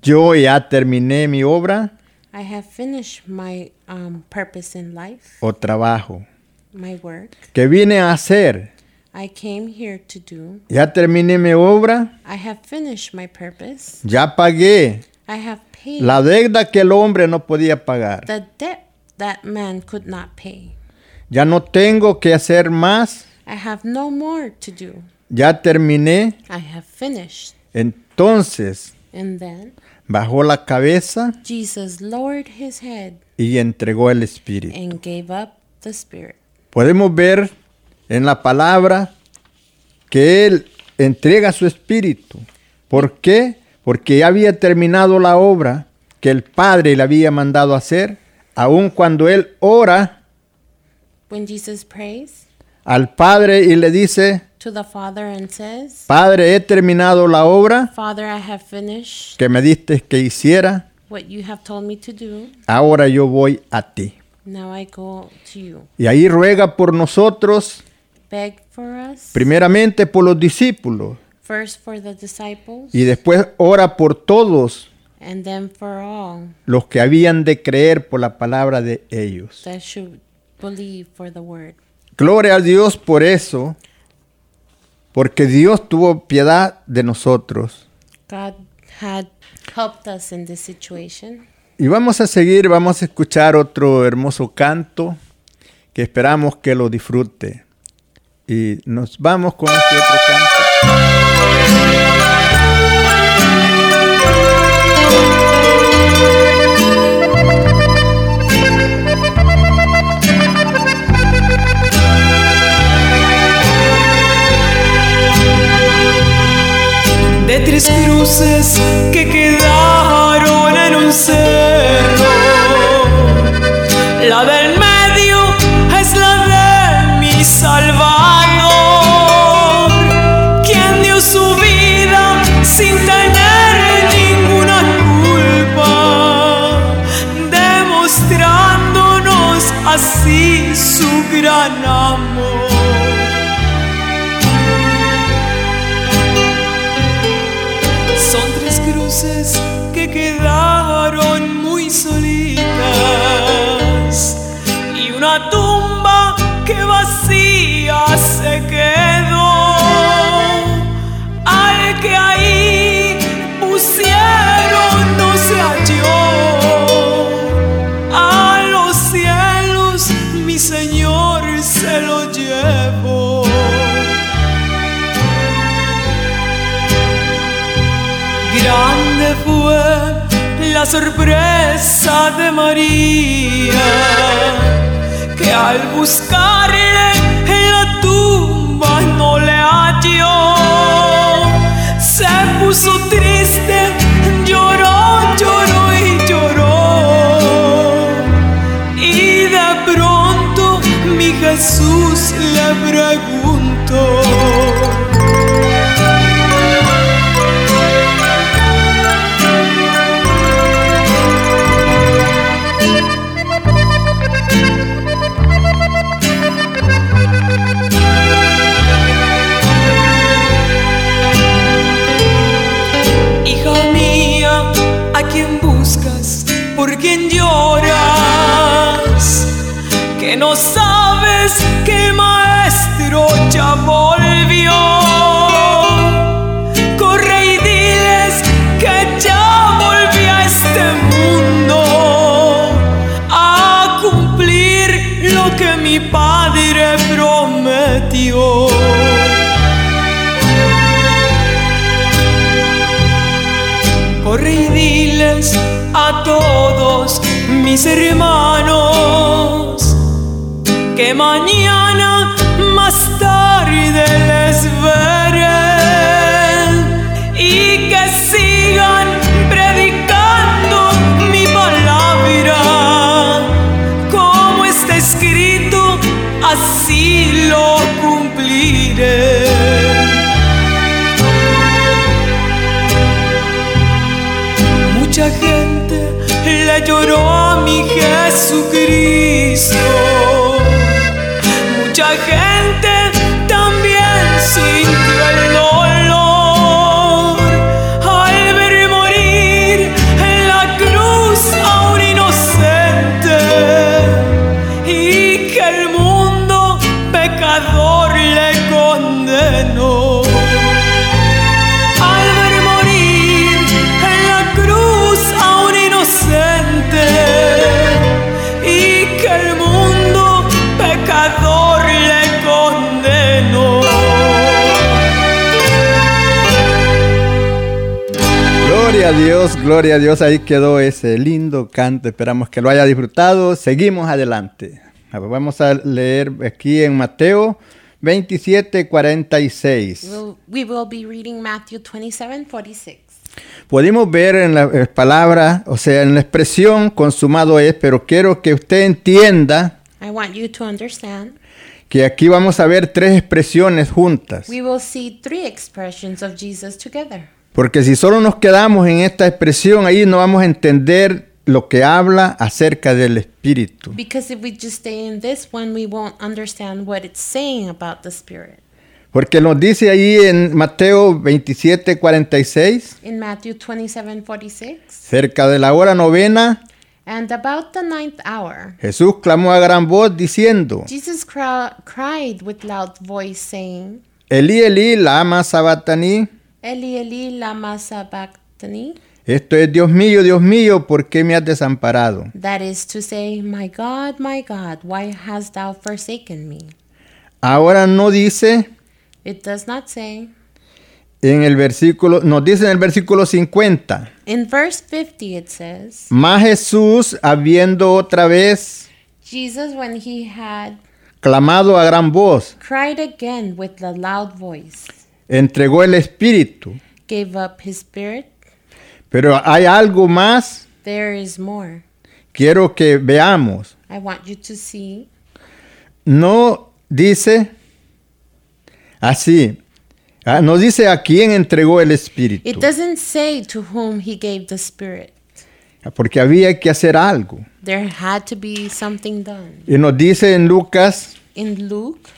Speaker 2: yo ya terminé mi obra
Speaker 3: I have finished my um, purpose in life,
Speaker 2: o trabajo
Speaker 3: my work.
Speaker 2: que vine a hacer.
Speaker 3: I came here to do.
Speaker 2: Ya terminé mi obra,
Speaker 3: I have finished my purpose.
Speaker 2: ya pagué
Speaker 3: I have paid
Speaker 2: La deuda que el hombre no podía pagar.
Speaker 3: the debt that man could not pay.
Speaker 2: Ya no tengo que hacer más.
Speaker 3: I have no more to do.
Speaker 2: Ya terminé.
Speaker 3: I have finished.
Speaker 2: Entonces
Speaker 3: And then
Speaker 2: bajó la cabeza
Speaker 3: Jesus lowered his head
Speaker 2: y entregó el espíritu.
Speaker 3: and gave up the spirit.
Speaker 2: Podemos ver en la palabra que él entrega su espíritu. ¿Por qué? Porque ya había terminado la obra que el Padre le había mandado hacer. Aun cuando él ora
Speaker 3: When Jesus prays
Speaker 2: al Padre y le dice,
Speaker 3: to the Father and says,
Speaker 2: Padre, he terminado la obra
Speaker 3: Father, I have finished
Speaker 2: que me diste que hiciera,
Speaker 3: what you have told me to do.
Speaker 2: ahora yo voy a ti.
Speaker 3: Now I go to you.
Speaker 2: Y ahí ruega por nosotros,
Speaker 3: Beg for us,
Speaker 2: primeramente por los discípulos,
Speaker 3: first for the disciples,
Speaker 2: y después ora por todos
Speaker 3: and then for all
Speaker 2: los que habían de creer por la palabra de ellos.
Speaker 3: that should believe for the word.
Speaker 2: Gloria a Dios por eso, porque Dios tuvo piedad de nosotros.
Speaker 3: God had helped us in this situation.
Speaker 2: Y vamos a seguir, vamos a escuchar otro hermoso canto que esperamos que lo disfrute. Y nos vamos con este otro canto.
Speaker 5: de tres cruces que quedaron en un cerro. La del medio es la de mi Salvador, quien dio su vida sin tener ninguna culpa, demostrándonos así su gran amor. Son tres cruces que quedaron muy solitas y una tumba que vacía se quedó al que ahí pusieron no se halló a los cielos mi Señor se lo llevó Grande fue la sorpresa de María, al buscarle en la tumba no le halló. Se puso triste, lloró, lloró y lloró. Y de pronto mi Jesús le preguntó. Hija mía, ¿a quién buscas? ¿Por quién lloras? Que no sabes que el maestro ya volvió. Corre y diles que ya volví a este mundo a cumplir lo que mi padre prometió. Corre y diles a todos mis hermanos que mañana más tarde les veré y que sigan predicando mi palabra como está escrito así lo cumpliré Mucha gente le lloró a mi Jesucristo. Mucha gente también sintió el dolor al ver morir en la cruz a un inocente y que el mundo pecador le condenó. Al ver morir en la cruz a un inocente y que el mundo pecador le condenó.
Speaker 2: Gloria a Dios, gloria a Dios. Ahí quedó ese lindo canto. Esperamos que lo haya disfrutado. Seguimos adelante. A ver, Vamos a leer aquí en Mateo 27, 46.
Speaker 3: We'll, we will be reading Matthew 27 46.
Speaker 2: Podemos ver en la eh, palabra, o sea, en la expresión consumado es, pero quiero que usted entienda
Speaker 3: I want you to understand.
Speaker 2: que aquí vamos a ver tres expresiones juntas.
Speaker 3: We will see three expressions of Jesus together.
Speaker 2: Porque si solo nos quedamos en esta expresión, ahí no vamos a entender lo que habla acerca del Espíritu.
Speaker 3: Because if we just stay in this one, we won't understand what it's saying about the Spirit.
Speaker 2: Porque nos dice ahí en Mateo 27, 46,
Speaker 3: In Matthew 27 46,
Speaker 2: cerca de la hora novena,
Speaker 3: and about the ninth hour,
Speaker 2: Jesús clamó a gran voz diciendo,
Speaker 3: Jesus cro- cried with loud voice, saying,
Speaker 2: Elí, Elí, lama sabatani,
Speaker 3: Eli, Eli, lama sabachthani.
Speaker 2: esto es Dios mío, Dios mío, ¿por qué me has desamparado?
Speaker 3: That is to say, My God, my God, why hast thou forsaken me?
Speaker 2: Ahora no dice
Speaker 3: It does not say.
Speaker 2: en el versículo, nos dice en el versículo 50,
Speaker 3: In verse 50, it says,
Speaker 2: más Jesús habiendo otra vez
Speaker 3: Jesus, when he had
Speaker 2: clamado a gran voz,
Speaker 3: cried again with a loud voice,
Speaker 2: entregó el Espíritu.
Speaker 3: gave up his spirit.
Speaker 2: Pero hay algo más,
Speaker 3: There is more.
Speaker 2: quiero que veamos.
Speaker 3: I want you to see.
Speaker 2: no dice así. Ah, No dice a quién entregó el Espíritu.
Speaker 3: It doesn't say to whom he gave the spirit.
Speaker 2: Porque había que hacer algo.
Speaker 3: There had to be something done.
Speaker 2: Y nos dice en Lucas
Speaker 3: In Luke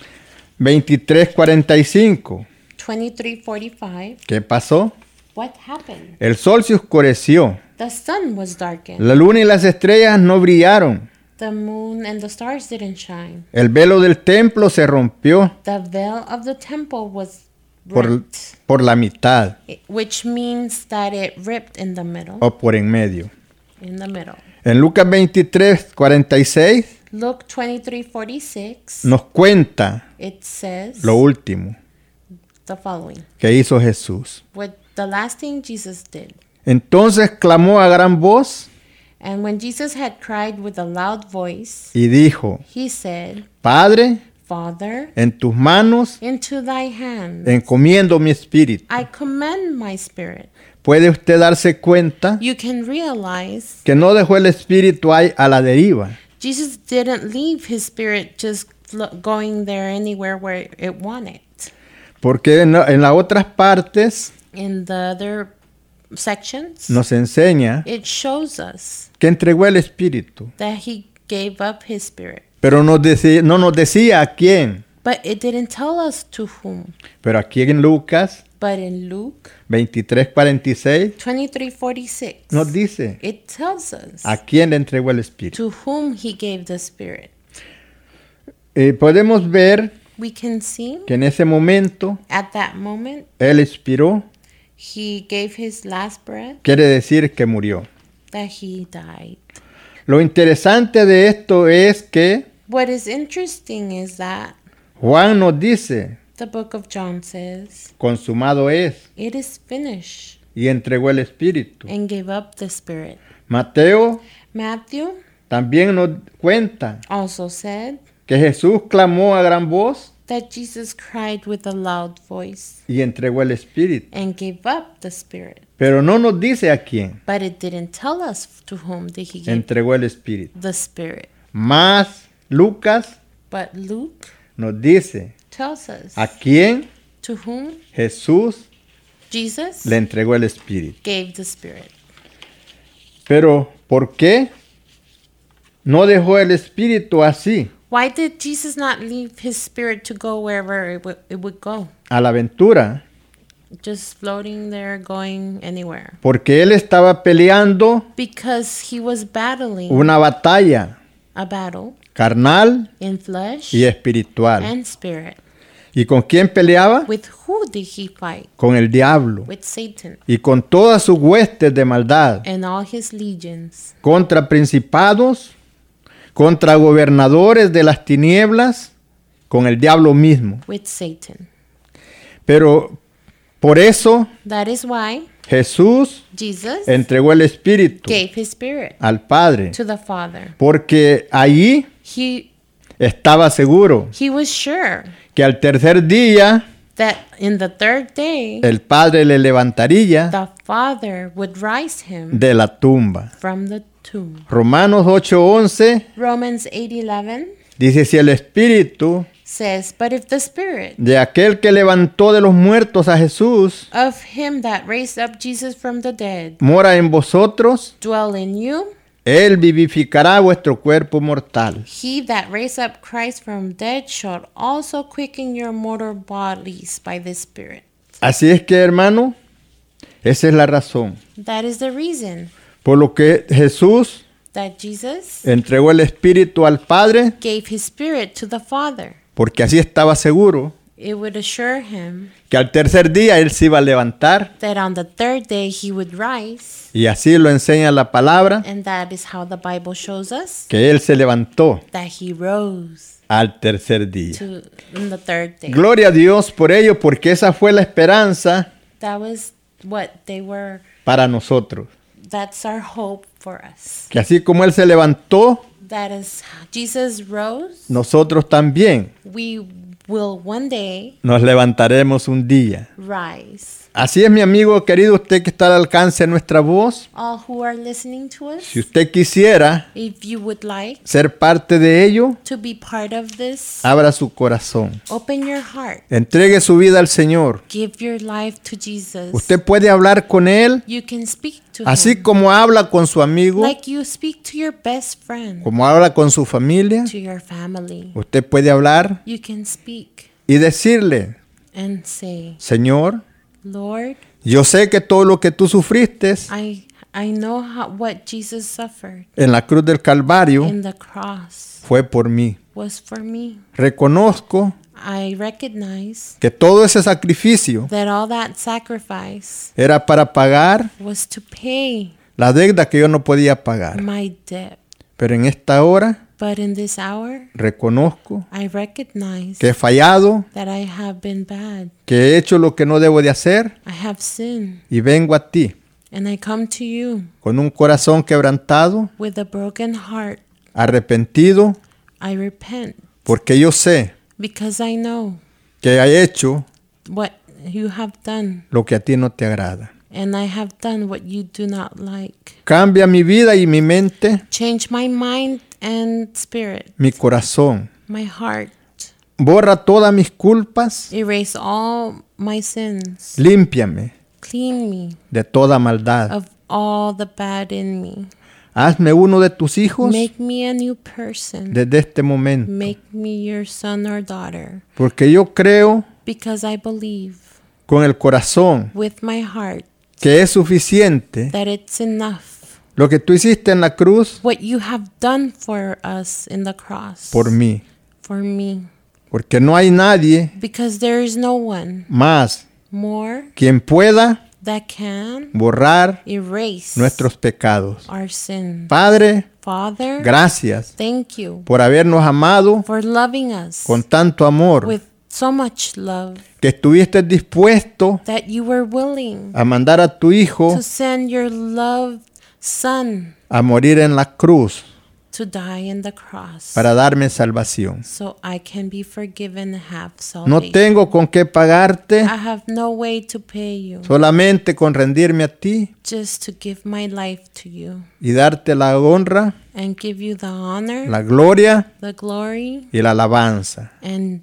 Speaker 2: 23, 45.
Speaker 3: 23:45,
Speaker 2: ¿Qué pasó?
Speaker 3: what happened?
Speaker 2: El sol se oscureció.
Speaker 3: The sun was darkened.
Speaker 2: La luna y las estrellas no brillaron.
Speaker 3: The moon and the stars didn't shine.
Speaker 2: El velo del templo se rompió
Speaker 3: The veil of the temple was
Speaker 2: por,
Speaker 3: ripped,
Speaker 2: por la mitad
Speaker 3: i- which means that it ripped in the middle.
Speaker 2: o por en medio.
Speaker 3: In the middle.
Speaker 2: En Lucas 23, 46
Speaker 3: Luke 23:46,
Speaker 2: nos cuenta
Speaker 3: it says
Speaker 2: lo último
Speaker 3: the following.
Speaker 2: que hizo Jesús.
Speaker 3: What the last thing Jesus did.
Speaker 2: Entonces clamó a gran voz
Speaker 3: And when Jesus had cried with a loud voice,
Speaker 2: y dijo,
Speaker 3: he said,
Speaker 2: Padre,
Speaker 3: Father,
Speaker 2: en tus manos
Speaker 3: into thy hand
Speaker 2: encomiendo mi espíritu.
Speaker 3: I commend my spirit.
Speaker 2: Puede usted darse cuenta
Speaker 3: You can realize
Speaker 2: que no dejó el espíritu ahí a la deriva,
Speaker 3: Jesus didn't leave his spirit just flo- going there anywhere where it wanted.
Speaker 2: porque en, en las otras partes
Speaker 3: In the other sections,
Speaker 2: nos enseña
Speaker 3: it shows us
Speaker 2: que entregó el espíritu,
Speaker 3: that he gave up his spirit.
Speaker 2: pero nos deci- no nos decía a quién.
Speaker 3: But it didn't tell us to whom.
Speaker 2: Pero aquí en Lucas
Speaker 3: But in Luke
Speaker 2: 23:46
Speaker 3: 23:46,
Speaker 2: nos dice
Speaker 3: it tells us
Speaker 2: a quién le entregó el espíritu.
Speaker 3: to whom he gave the spirit.
Speaker 2: Eh, podemos ver
Speaker 3: We can see
Speaker 2: que en ese momento
Speaker 3: at that moment
Speaker 2: él expiró,
Speaker 3: he gave his last breath
Speaker 2: quiere decir que murió.
Speaker 3: that he died.
Speaker 2: Lo interesante de esto es que
Speaker 3: What is interesting is that
Speaker 2: Juan nos dice,
Speaker 3: the book of John says
Speaker 2: consumado es,
Speaker 3: it is finished
Speaker 2: y entregó el espíritu.
Speaker 3: and gave up the spirit.
Speaker 2: Mateo
Speaker 3: Matthew
Speaker 2: también nos cuenta
Speaker 3: also said
Speaker 2: que Jesús clamó a gran voz
Speaker 3: that Jesus cried with a loud voice
Speaker 2: y entregó el espíritu,
Speaker 3: and gave up the spirit.
Speaker 2: pero no nos dice a quién
Speaker 3: But it didn't tell us to whom did he give
Speaker 2: entregó el espíritu.
Speaker 3: the spirit.
Speaker 2: Más Lucas
Speaker 3: But Luke
Speaker 2: nos dice
Speaker 3: tells us
Speaker 2: a quién
Speaker 3: to whom
Speaker 2: Jesús
Speaker 3: Jesus
Speaker 2: le entregó el espíritu.
Speaker 3: gave the spirit.
Speaker 2: Pero ¿por qué no dejó el espíritu así,
Speaker 3: Why did Jesus not leave his spirit to go wherever it, would it would go?
Speaker 2: a la aventura?
Speaker 3: Just floating there, going anywhere.
Speaker 2: Porque él estaba peleando
Speaker 3: Because he was battling
Speaker 2: una batalla
Speaker 3: a battle
Speaker 2: carnal
Speaker 3: in flesh
Speaker 2: y espiritual.
Speaker 3: and spirit.
Speaker 2: ¿Y con quién peleaba?
Speaker 3: With who did he fight?
Speaker 2: Con el diablo
Speaker 3: With Satan
Speaker 2: y con todas sus huestes de maldad,
Speaker 3: and all his legions,
Speaker 2: contra principados, contra gobernadores de las tinieblas, con el diablo mismo.
Speaker 3: with Satan.
Speaker 2: Pero por eso
Speaker 3: That is why
Speaker 2: Jesús
Speaker 3: Jesus
Speaker 2: entregó el Espíritu
Speaker 3: gave his spirit
Speaker 2: al Padre,
Speaker 3: to the Father.
Speaker 2: porque allí
Speaker 3: He
Speaker 2: estaba seguro
Speaker 3: he was sure
Speaker 2: que al tercer día
Speaker 3: that in the third day
Speaker 2: el Padre le levantaría
Speaker 3: the Father would rise him
Speaker 2: de la tumba.
Speaker 3: from the tomb.
Speaker 2: Romanos 8:11
Speaker 3: Romans 8:11
Speaker 2: dice, si el Espíritu
Speaker 3: says, "But if the spirit
Speaker 2: de aquel que levantó de los muertos a Jesús
Speaker 3: of him that raised up Jesus from the dead
Speaker 2: mora en vosotros,
Speaker 3: dwell in you,
Speaker 2: Él vivificará vuestro cuerpo mortal
Speaker 3: he that raised up Christ from dead shall also quicken your mortal bodies by the spirit."
Speaker 2: Así es que, hermano, esa es la razón
Speaker 3: That is the reason
Speaker 2: por lo que Jesús
Speaker 3: that Jesus
Speaker 2: entregó el Espíritu al Padre,
Speaker 3: gave his spirit to the Father.
Speaker 2: porque así estaba seguro
Speaker 3: It would assure him
Speaker 2: que al tercer día Él se iba a levantar,
Speaker 3: that on the third day he would rise,
Speaker 2: y así lo enseña la palabra,
Speaker 3: and that is how the Bible shows us
Speaker 2: que Él se levantó
Speaker 3: that he rose
Speaker 2: al tercer día.
Speaker 3: to in the third day.
Speaker 2: Gloria a Dios por ello, porque esa fue la esperanza
Speaker 3: That was what they were
Speaker 2: para nosotros,
Speaker 3: that's our hope for us.
Speaker 2: que así como Él se levantó,
Speaker 3: That is Jesus rose,
Speaker 2: nosotros también
Speaker 3: we will one day
Speaker 2: nos levantaremos un día.
Speaker 3: rise.
Speaker 2: Así es, mi amigo querido, usted que está al alcance de nuestra voz,
Speaker 3: All who are listening to us,
Speaker 2: si usted quisiera
Speaker 3: if you would like
Speaker 2: ser parte de ello,
Speaker 3: to be part of this,
Speaker 2: abra su corazón.
Speaker 3: open your heart.
Speaker 2: Entregue su vida al Señor.
Speaker 3: Give your life to Jesus.
Speaker 2: Usted puede hablar con Él,
Speaker 3: you can speak to
Speaker 2: así
Speaker 3: him
Speaker 2: como habla con su amigo,
Speaker 3: like you speak to your best friend,
Speaker 2: como habla con su familia.
Speaker 3: to your family.
Speaker 2: Usted puede hablar
Speaker 3: You can speak
Speaker 2: y decirle,
Speaker 3: and say,
Speaker 2: Señor,
Speaker 3: "Lord,
Speaker 2: yo sé que todo lo que tú sufriste
Speaker 3: I I know how, what Jesus suffered
Speaker 2: en la cruz del Calvario
Speaker 3: in the cross
Speaker 2: fue por mí.
Speaker 3: was for me.
Speaker 2: Reconozco
Speaker 3: I recognize
Speaker 2: que todo ese sacrificio
Speaker 3: that all that sacrifice
Speaker 2: era para pagar
Speaker 3: was to pay
Speaker 2: la deuda que yo no podía pagar.
Speaker 3: my debt.
Speaker 2: Pero en esta hora
Speaker 3: But in this hour,
Speaker 2: reconozco
Speaker 3: I recognize
Speaker 2: que he fallado,
Speaker 3: that I have been bad.
Speaker 2: que he hecho lo que no debo de hacer
Speaker 3: I have sinned,
Speaker 2: y vengo a ti
Speaker 3: And I come to you
Speaker 2: con un corazón quebrantado,
Speaker 3: with a broken heart.
Speaker 2: arrepentido,
Speaker 3: I repent
Speaker 2: porque yo sé
Speaker 3: because I know
Speaker 2: que he hecho
Speaker 3: what you have done,
Speaker 2: lo que a ti no te agrada.
Speaker 3: and I have done what you do not like.
Speaker 2: Cambia mi vida y mi mente,
Speaker 3: Change my mind and spirit,
Speaker 2: mi corazón.
Speaker 3: my heart.
Speaker 2: Borra todas mis culpas,
Speaker 3: Erase all my sins.
Speaker 2: límpiame
Speaker 3: Clean me
Speaker 2: de toda maldad.
Speaker 3: of all the bad in me.
Speaker 2: Hazme uno de tus hijos
Speaker 3: Make me a new person.
Speaker 2: desde este momento,
Speaker 3: Make me your son or daughter.
Speaker 2: porque yo creo
Speaker 3: Because I believe
Speaker 2: con el corazón
Speaker 3: with my heart
Speaker 2: que es suficiente
Speaker 3: that it's enough
Speaker 2: lo que tú hiciste en la cruz
Speaker 3: what you have done for us in the cross
Speaker 2: por mí,
Speaker 3: for me.
Speaker 2: porque no hay nadie
Speaker 3: Because there is no one
Speaker 2: más
Speaker 3: more
Speaker 2: quien pueda
Speaker 3: that can
Speaker 2: borrar
Speaker 3: erase
Speaker 2: nuestros pecados.
Speaker 3: our sin.
Speaker 2: Padre,
Speaker 3: Father,
Speaker 2: gracias
Speaker 3: thank you
Speaker 2: por habernos amado
Speaker 3: for loving us
Speaker 2: con tanto amor,
Speaker 3: with so much love
Speaker 2: que estuviste dispuesto
Speaker 3: that you were willing
Speaker 2: a mandar a tu Hijo
Speaker 3: to send your loved son
Speaker 2: a morir en la cruz
Speaker 3: to die in the cross
Speaker 2: para darme salvación.
Speaker 3: so I can be forgiven and have
Speaker 2: No
Speaker 3: salvation.
Speaker 2: tengo con qué pagarte,
Speaker 3: I have no way to pay you
Speaker 2: solamente con rendirme a ti
Speaker 3: just to give my life to you
Speaker 2: y darte la honra,
Speaker 3: and give you the honor,
Speaker 2: la gloria
Speaker 3: the glory,
Speaker 2: y la alabanza.
Speaker 3: and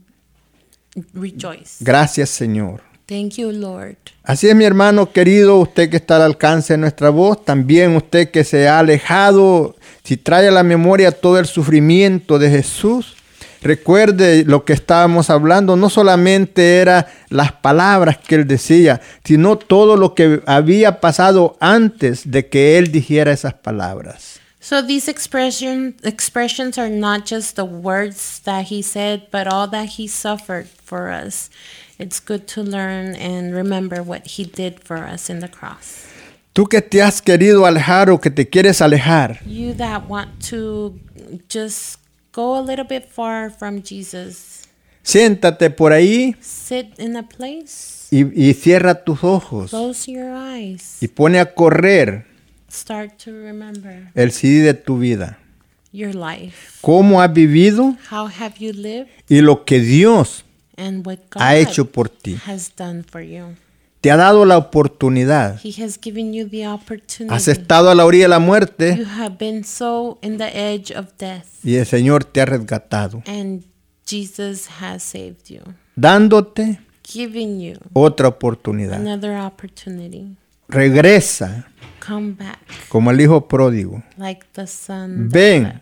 Speaker 3: rejoice.
Speaker 2: Gracias Señor.
Speaker 3: Thank you, Lord.
Speaker 2: Así es mi hermano querido, usted que está al alcance de nuestra voz, también usted que se ha alejado, si trae a la memoria todo el sufrimiento de Jesús, recuerde lo que estábamos hablando, no solamente era las palabras que él decía, sino todo lo que había pasado antes de que él dijera esas palabras.
Speaker 3: So these expression, expressions are not just the words that he said, but all that he suffered for us. It's good to learn and remember what he did for us in the cross.
Speaker 2: Tú que te has querido alejar o que te quieres alejar,
Speaker 3: You that want to just go a little bit far from Jesus,
Speaker 2: siéntate por ahí
Speaker 3: sit in a place,
Speaker 2: y, y cierra tus ojos
Speaker 3: close your eyes,
Speaker 2: y pone a correr
Speaker 3: start to remember
Speaker 2: el CD de tu vida.
Speaker 3: your life.
Speaker 2: cómo has vivido
Speaker 3: How have you lived
Speaker 2: y lo que Dios
Speaker 3: and what God
Speaker 2: ha hecho por ti.
Speaker 3: has done for you?
Speaker 2: Te ha dado la oportunidad.
Speaker 3: He has given you the
Speaker 2: Has
Speaker 3: opportunity.
Speaker 2: estado a la orilla de la
Speaker 3: You
Speaker 2: muerte
Speaker 3: have been so in the edge of death,
Speaker 2: y el Señor te ha rescatado,
Speaker 3: and Jesus has saved you,
Speaker 2: dándote
Speaker 3: giving you
Speaker 2: otra oportunidad.
Speaker 3: another opportunity.
Speaker 2: Regresa
Speaker 3: Come back
Speaker 2: como el hijo pródigo.
Speaker 3: like the sun. that
Speaker 2: Ven,
Speaker 3: left.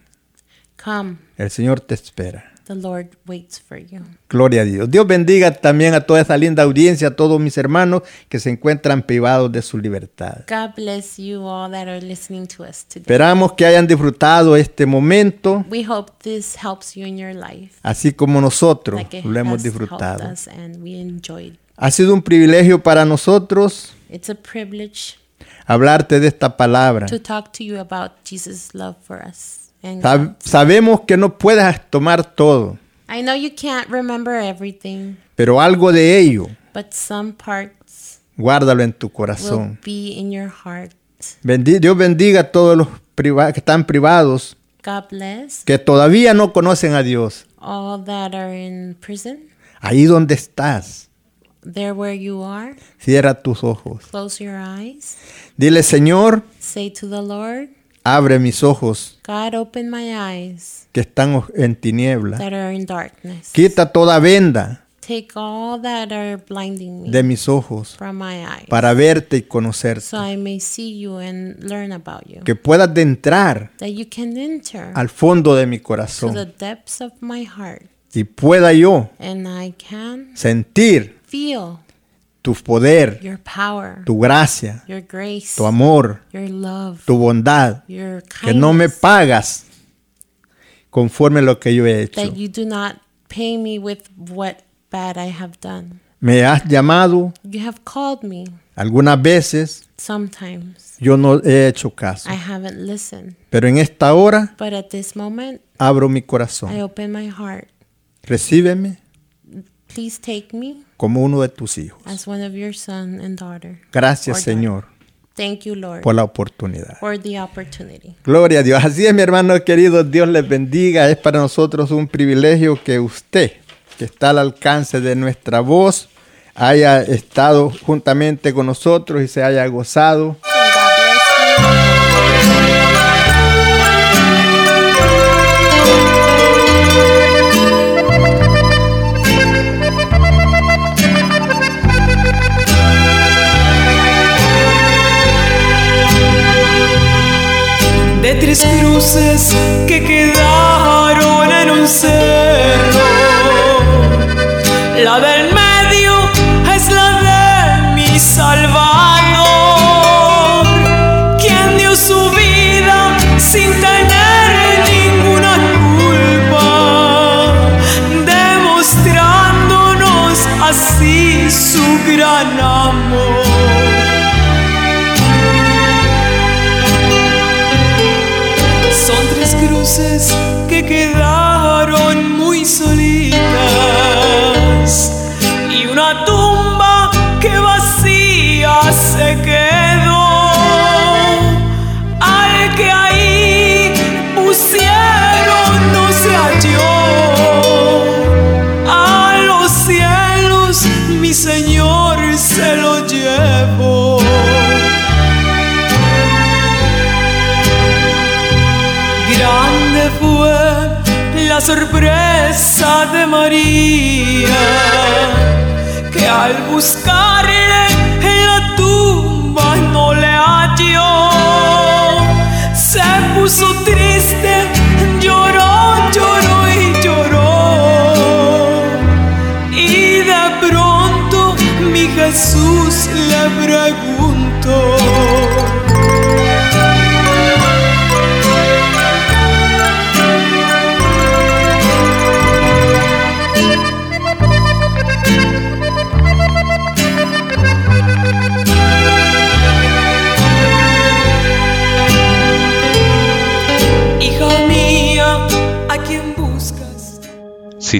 Speaker 3: Come,
Speaker 2: el Señor te espera.
Speaker 3: the Lord waits for you.
Speaker 2: Gloria a Dios. Dios bendiga también a toda esa linda audiencia, a todos mis hermanos que se encuentran privados de su libertad.
Speaker 3: God bless you all that are listening to us today.
Speaker 2: Esperamos que hayan disfrutado este momento,
Speaker 3: We hope this helps you in your life.
Speaker 2: así como nosotros
Speaker 3: Like it
Speaker 2: lo hemos
Speaker 3: has helped
Speaker 2: disfrutado.
Speaker 3: us and we enjoyed.
Speaker 2: Ha sido un privilegio para nosotros
Speaker 3: It's a privilege
Speaker 2: hablarte de esta palabra.
Speaker 3: to talk to you about Jesus' love for us. And
Speaker 2: Sab- sabemos que no puedes tomar todo,
Speaker 3: I know you can't remember everything,
Speaker 2: pero algo de ello,
Speaker 3: but some parts
Speaker 2: guárdalo en tu
Speaker 3: will
Speaker 2: corazón.
Speaker 3: be in your heart.
Speaker 2: Bendi- Dios bendiga a todos los priva- que están privados,
Speaker 3: God bless
Speaker 2: que todavía no conocen a Dios.
Speaker 3: all that are in prison.
Speaker 2: Ahí donde estás,
Speaker 3: There where you are,
Speaker 2: cierra tus ojos.
Speaker 3: close your eyes.
Speaker 2: Dile, Señor,
Speaker 3: Say to the Lord,
Speaker 2: abre mis ojos
Speaker 3: God, open my eyes
Speaker 2: que están o- en tiniebla.
Speaker 3: that are in darkness.
Speaker 2: Quita toda venda
Speaker 3: Take all that are blinding
Speaker 2: de
Speaker 3: me
Speaker 2: mis ojos
Speaker 3: from my eyes
Speaker 2: para verte y conocerte.
Speaker 3: so I may see you and learn about you.
Speaker 2: Que puedas entrar
Speaker 3: That you can enter
Speaker 2: al fondo de mi
Speaker 3: to the
Speaker 2: corazón
Speaker 3: depths of my heart
Speaker 2: y pueda yo
Speaker 3: and I can
Speaker 2: sentir
Speaker 3: feel
Speaker 2: tu poder,
Speaker 3: your power,
Speaker 2: tu gracia,
Speaker 3: your grace,
Speaker 2: tu amor,
Speaker 3: your love,
Speaker 2: tu bondad,
Speaker 3: your
Speaker 2: que
Speaker 3: kindness,
Speaker 2: no me pagas conforme lo que yo he hecho.
Speaker 3: that you do not pay me with what bad I have done.
Speaker 2: Me has llamado
Speaker 3: You have called me
Speaker 2: algunas veces,
Speaker 3: sometimes.
Speaker 2: yo no he hecho caso,
Speaker 3: I haven't listened.
Speaker 2: pero en esta hora
Speaker 3: But at this moment,
Speaker 2: abro mi
Speaker 3: I
Speaker 2: corazón.
Speaker 3: open my heart.
Speaker 2: Recíbeme
Speaker 3: Please take me
Speaker 2: como uno de tus hijos.
Speaker 3: as one of your son and daughter.
Speaker 2: Gracias
Speaker 3: Or daughter.
Speaker 2: Señor
Speaker 3: Thank you, Lord,
Speaker 2: por la oportunidad.
Speaker 3: for the opportunity.
Speaker 2: Gloria a Dios. Así es, mi hermano querido. Dios les bendiga. Es para nosotros un privilegio que usted, que está al alcance de nuestra voz, haya estado juntamente con nosotros y se haya gozado.
Speaker 3: And God bless you.
Speaker 5: de tres cruces que quedaron en un cerro. La del medio es la de mi Salvador, quien dio su vida sin tener ninguna culpa, demostrándonos así su gran amor. Son tres cruces que quedaron muy solitas y una tumba que vacía se quedó al que ahí pusieron no se halló a los cielos mi Señor se lo llevó Grande fue la sorpresa de María, que al buscarle en la tumba no le halló. Se puso triste, lloró, lloró y lloró. Y de pronto mi Jesús le preguntó. Hija mía, ¿a quién buscas?
Speaker 6: Si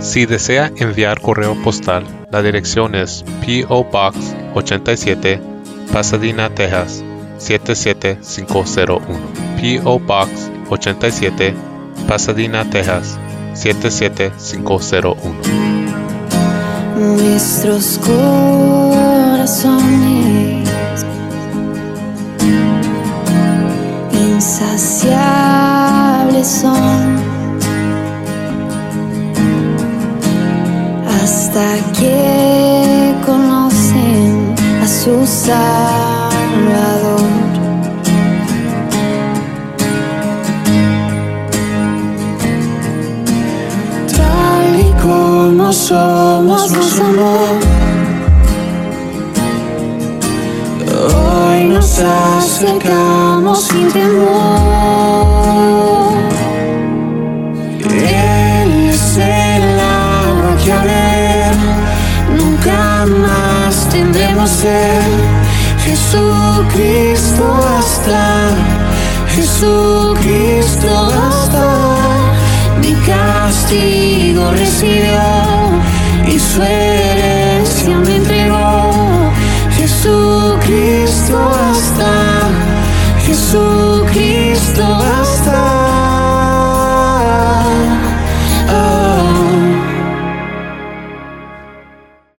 Speaker 6: Si desea enviar correo postal, la dirección es P.O. Box 87, Pasadena, Texas 77501. P.O. Box 87, Pasadena, Texas 77501.
Speaker 7: nuestros corazones insaciables son hasta que conocen a su Salvador.
Speaker 5: Tal y como somos nos amó. Hoy nos acercamos sin temor. Él es el agua que a ver, nunca más tendremos ser. Jesucristo basta, Jesucristo basta. Mi castigo recibió y su herencia me entregó. Jesucristo basta, Jesucristo basta.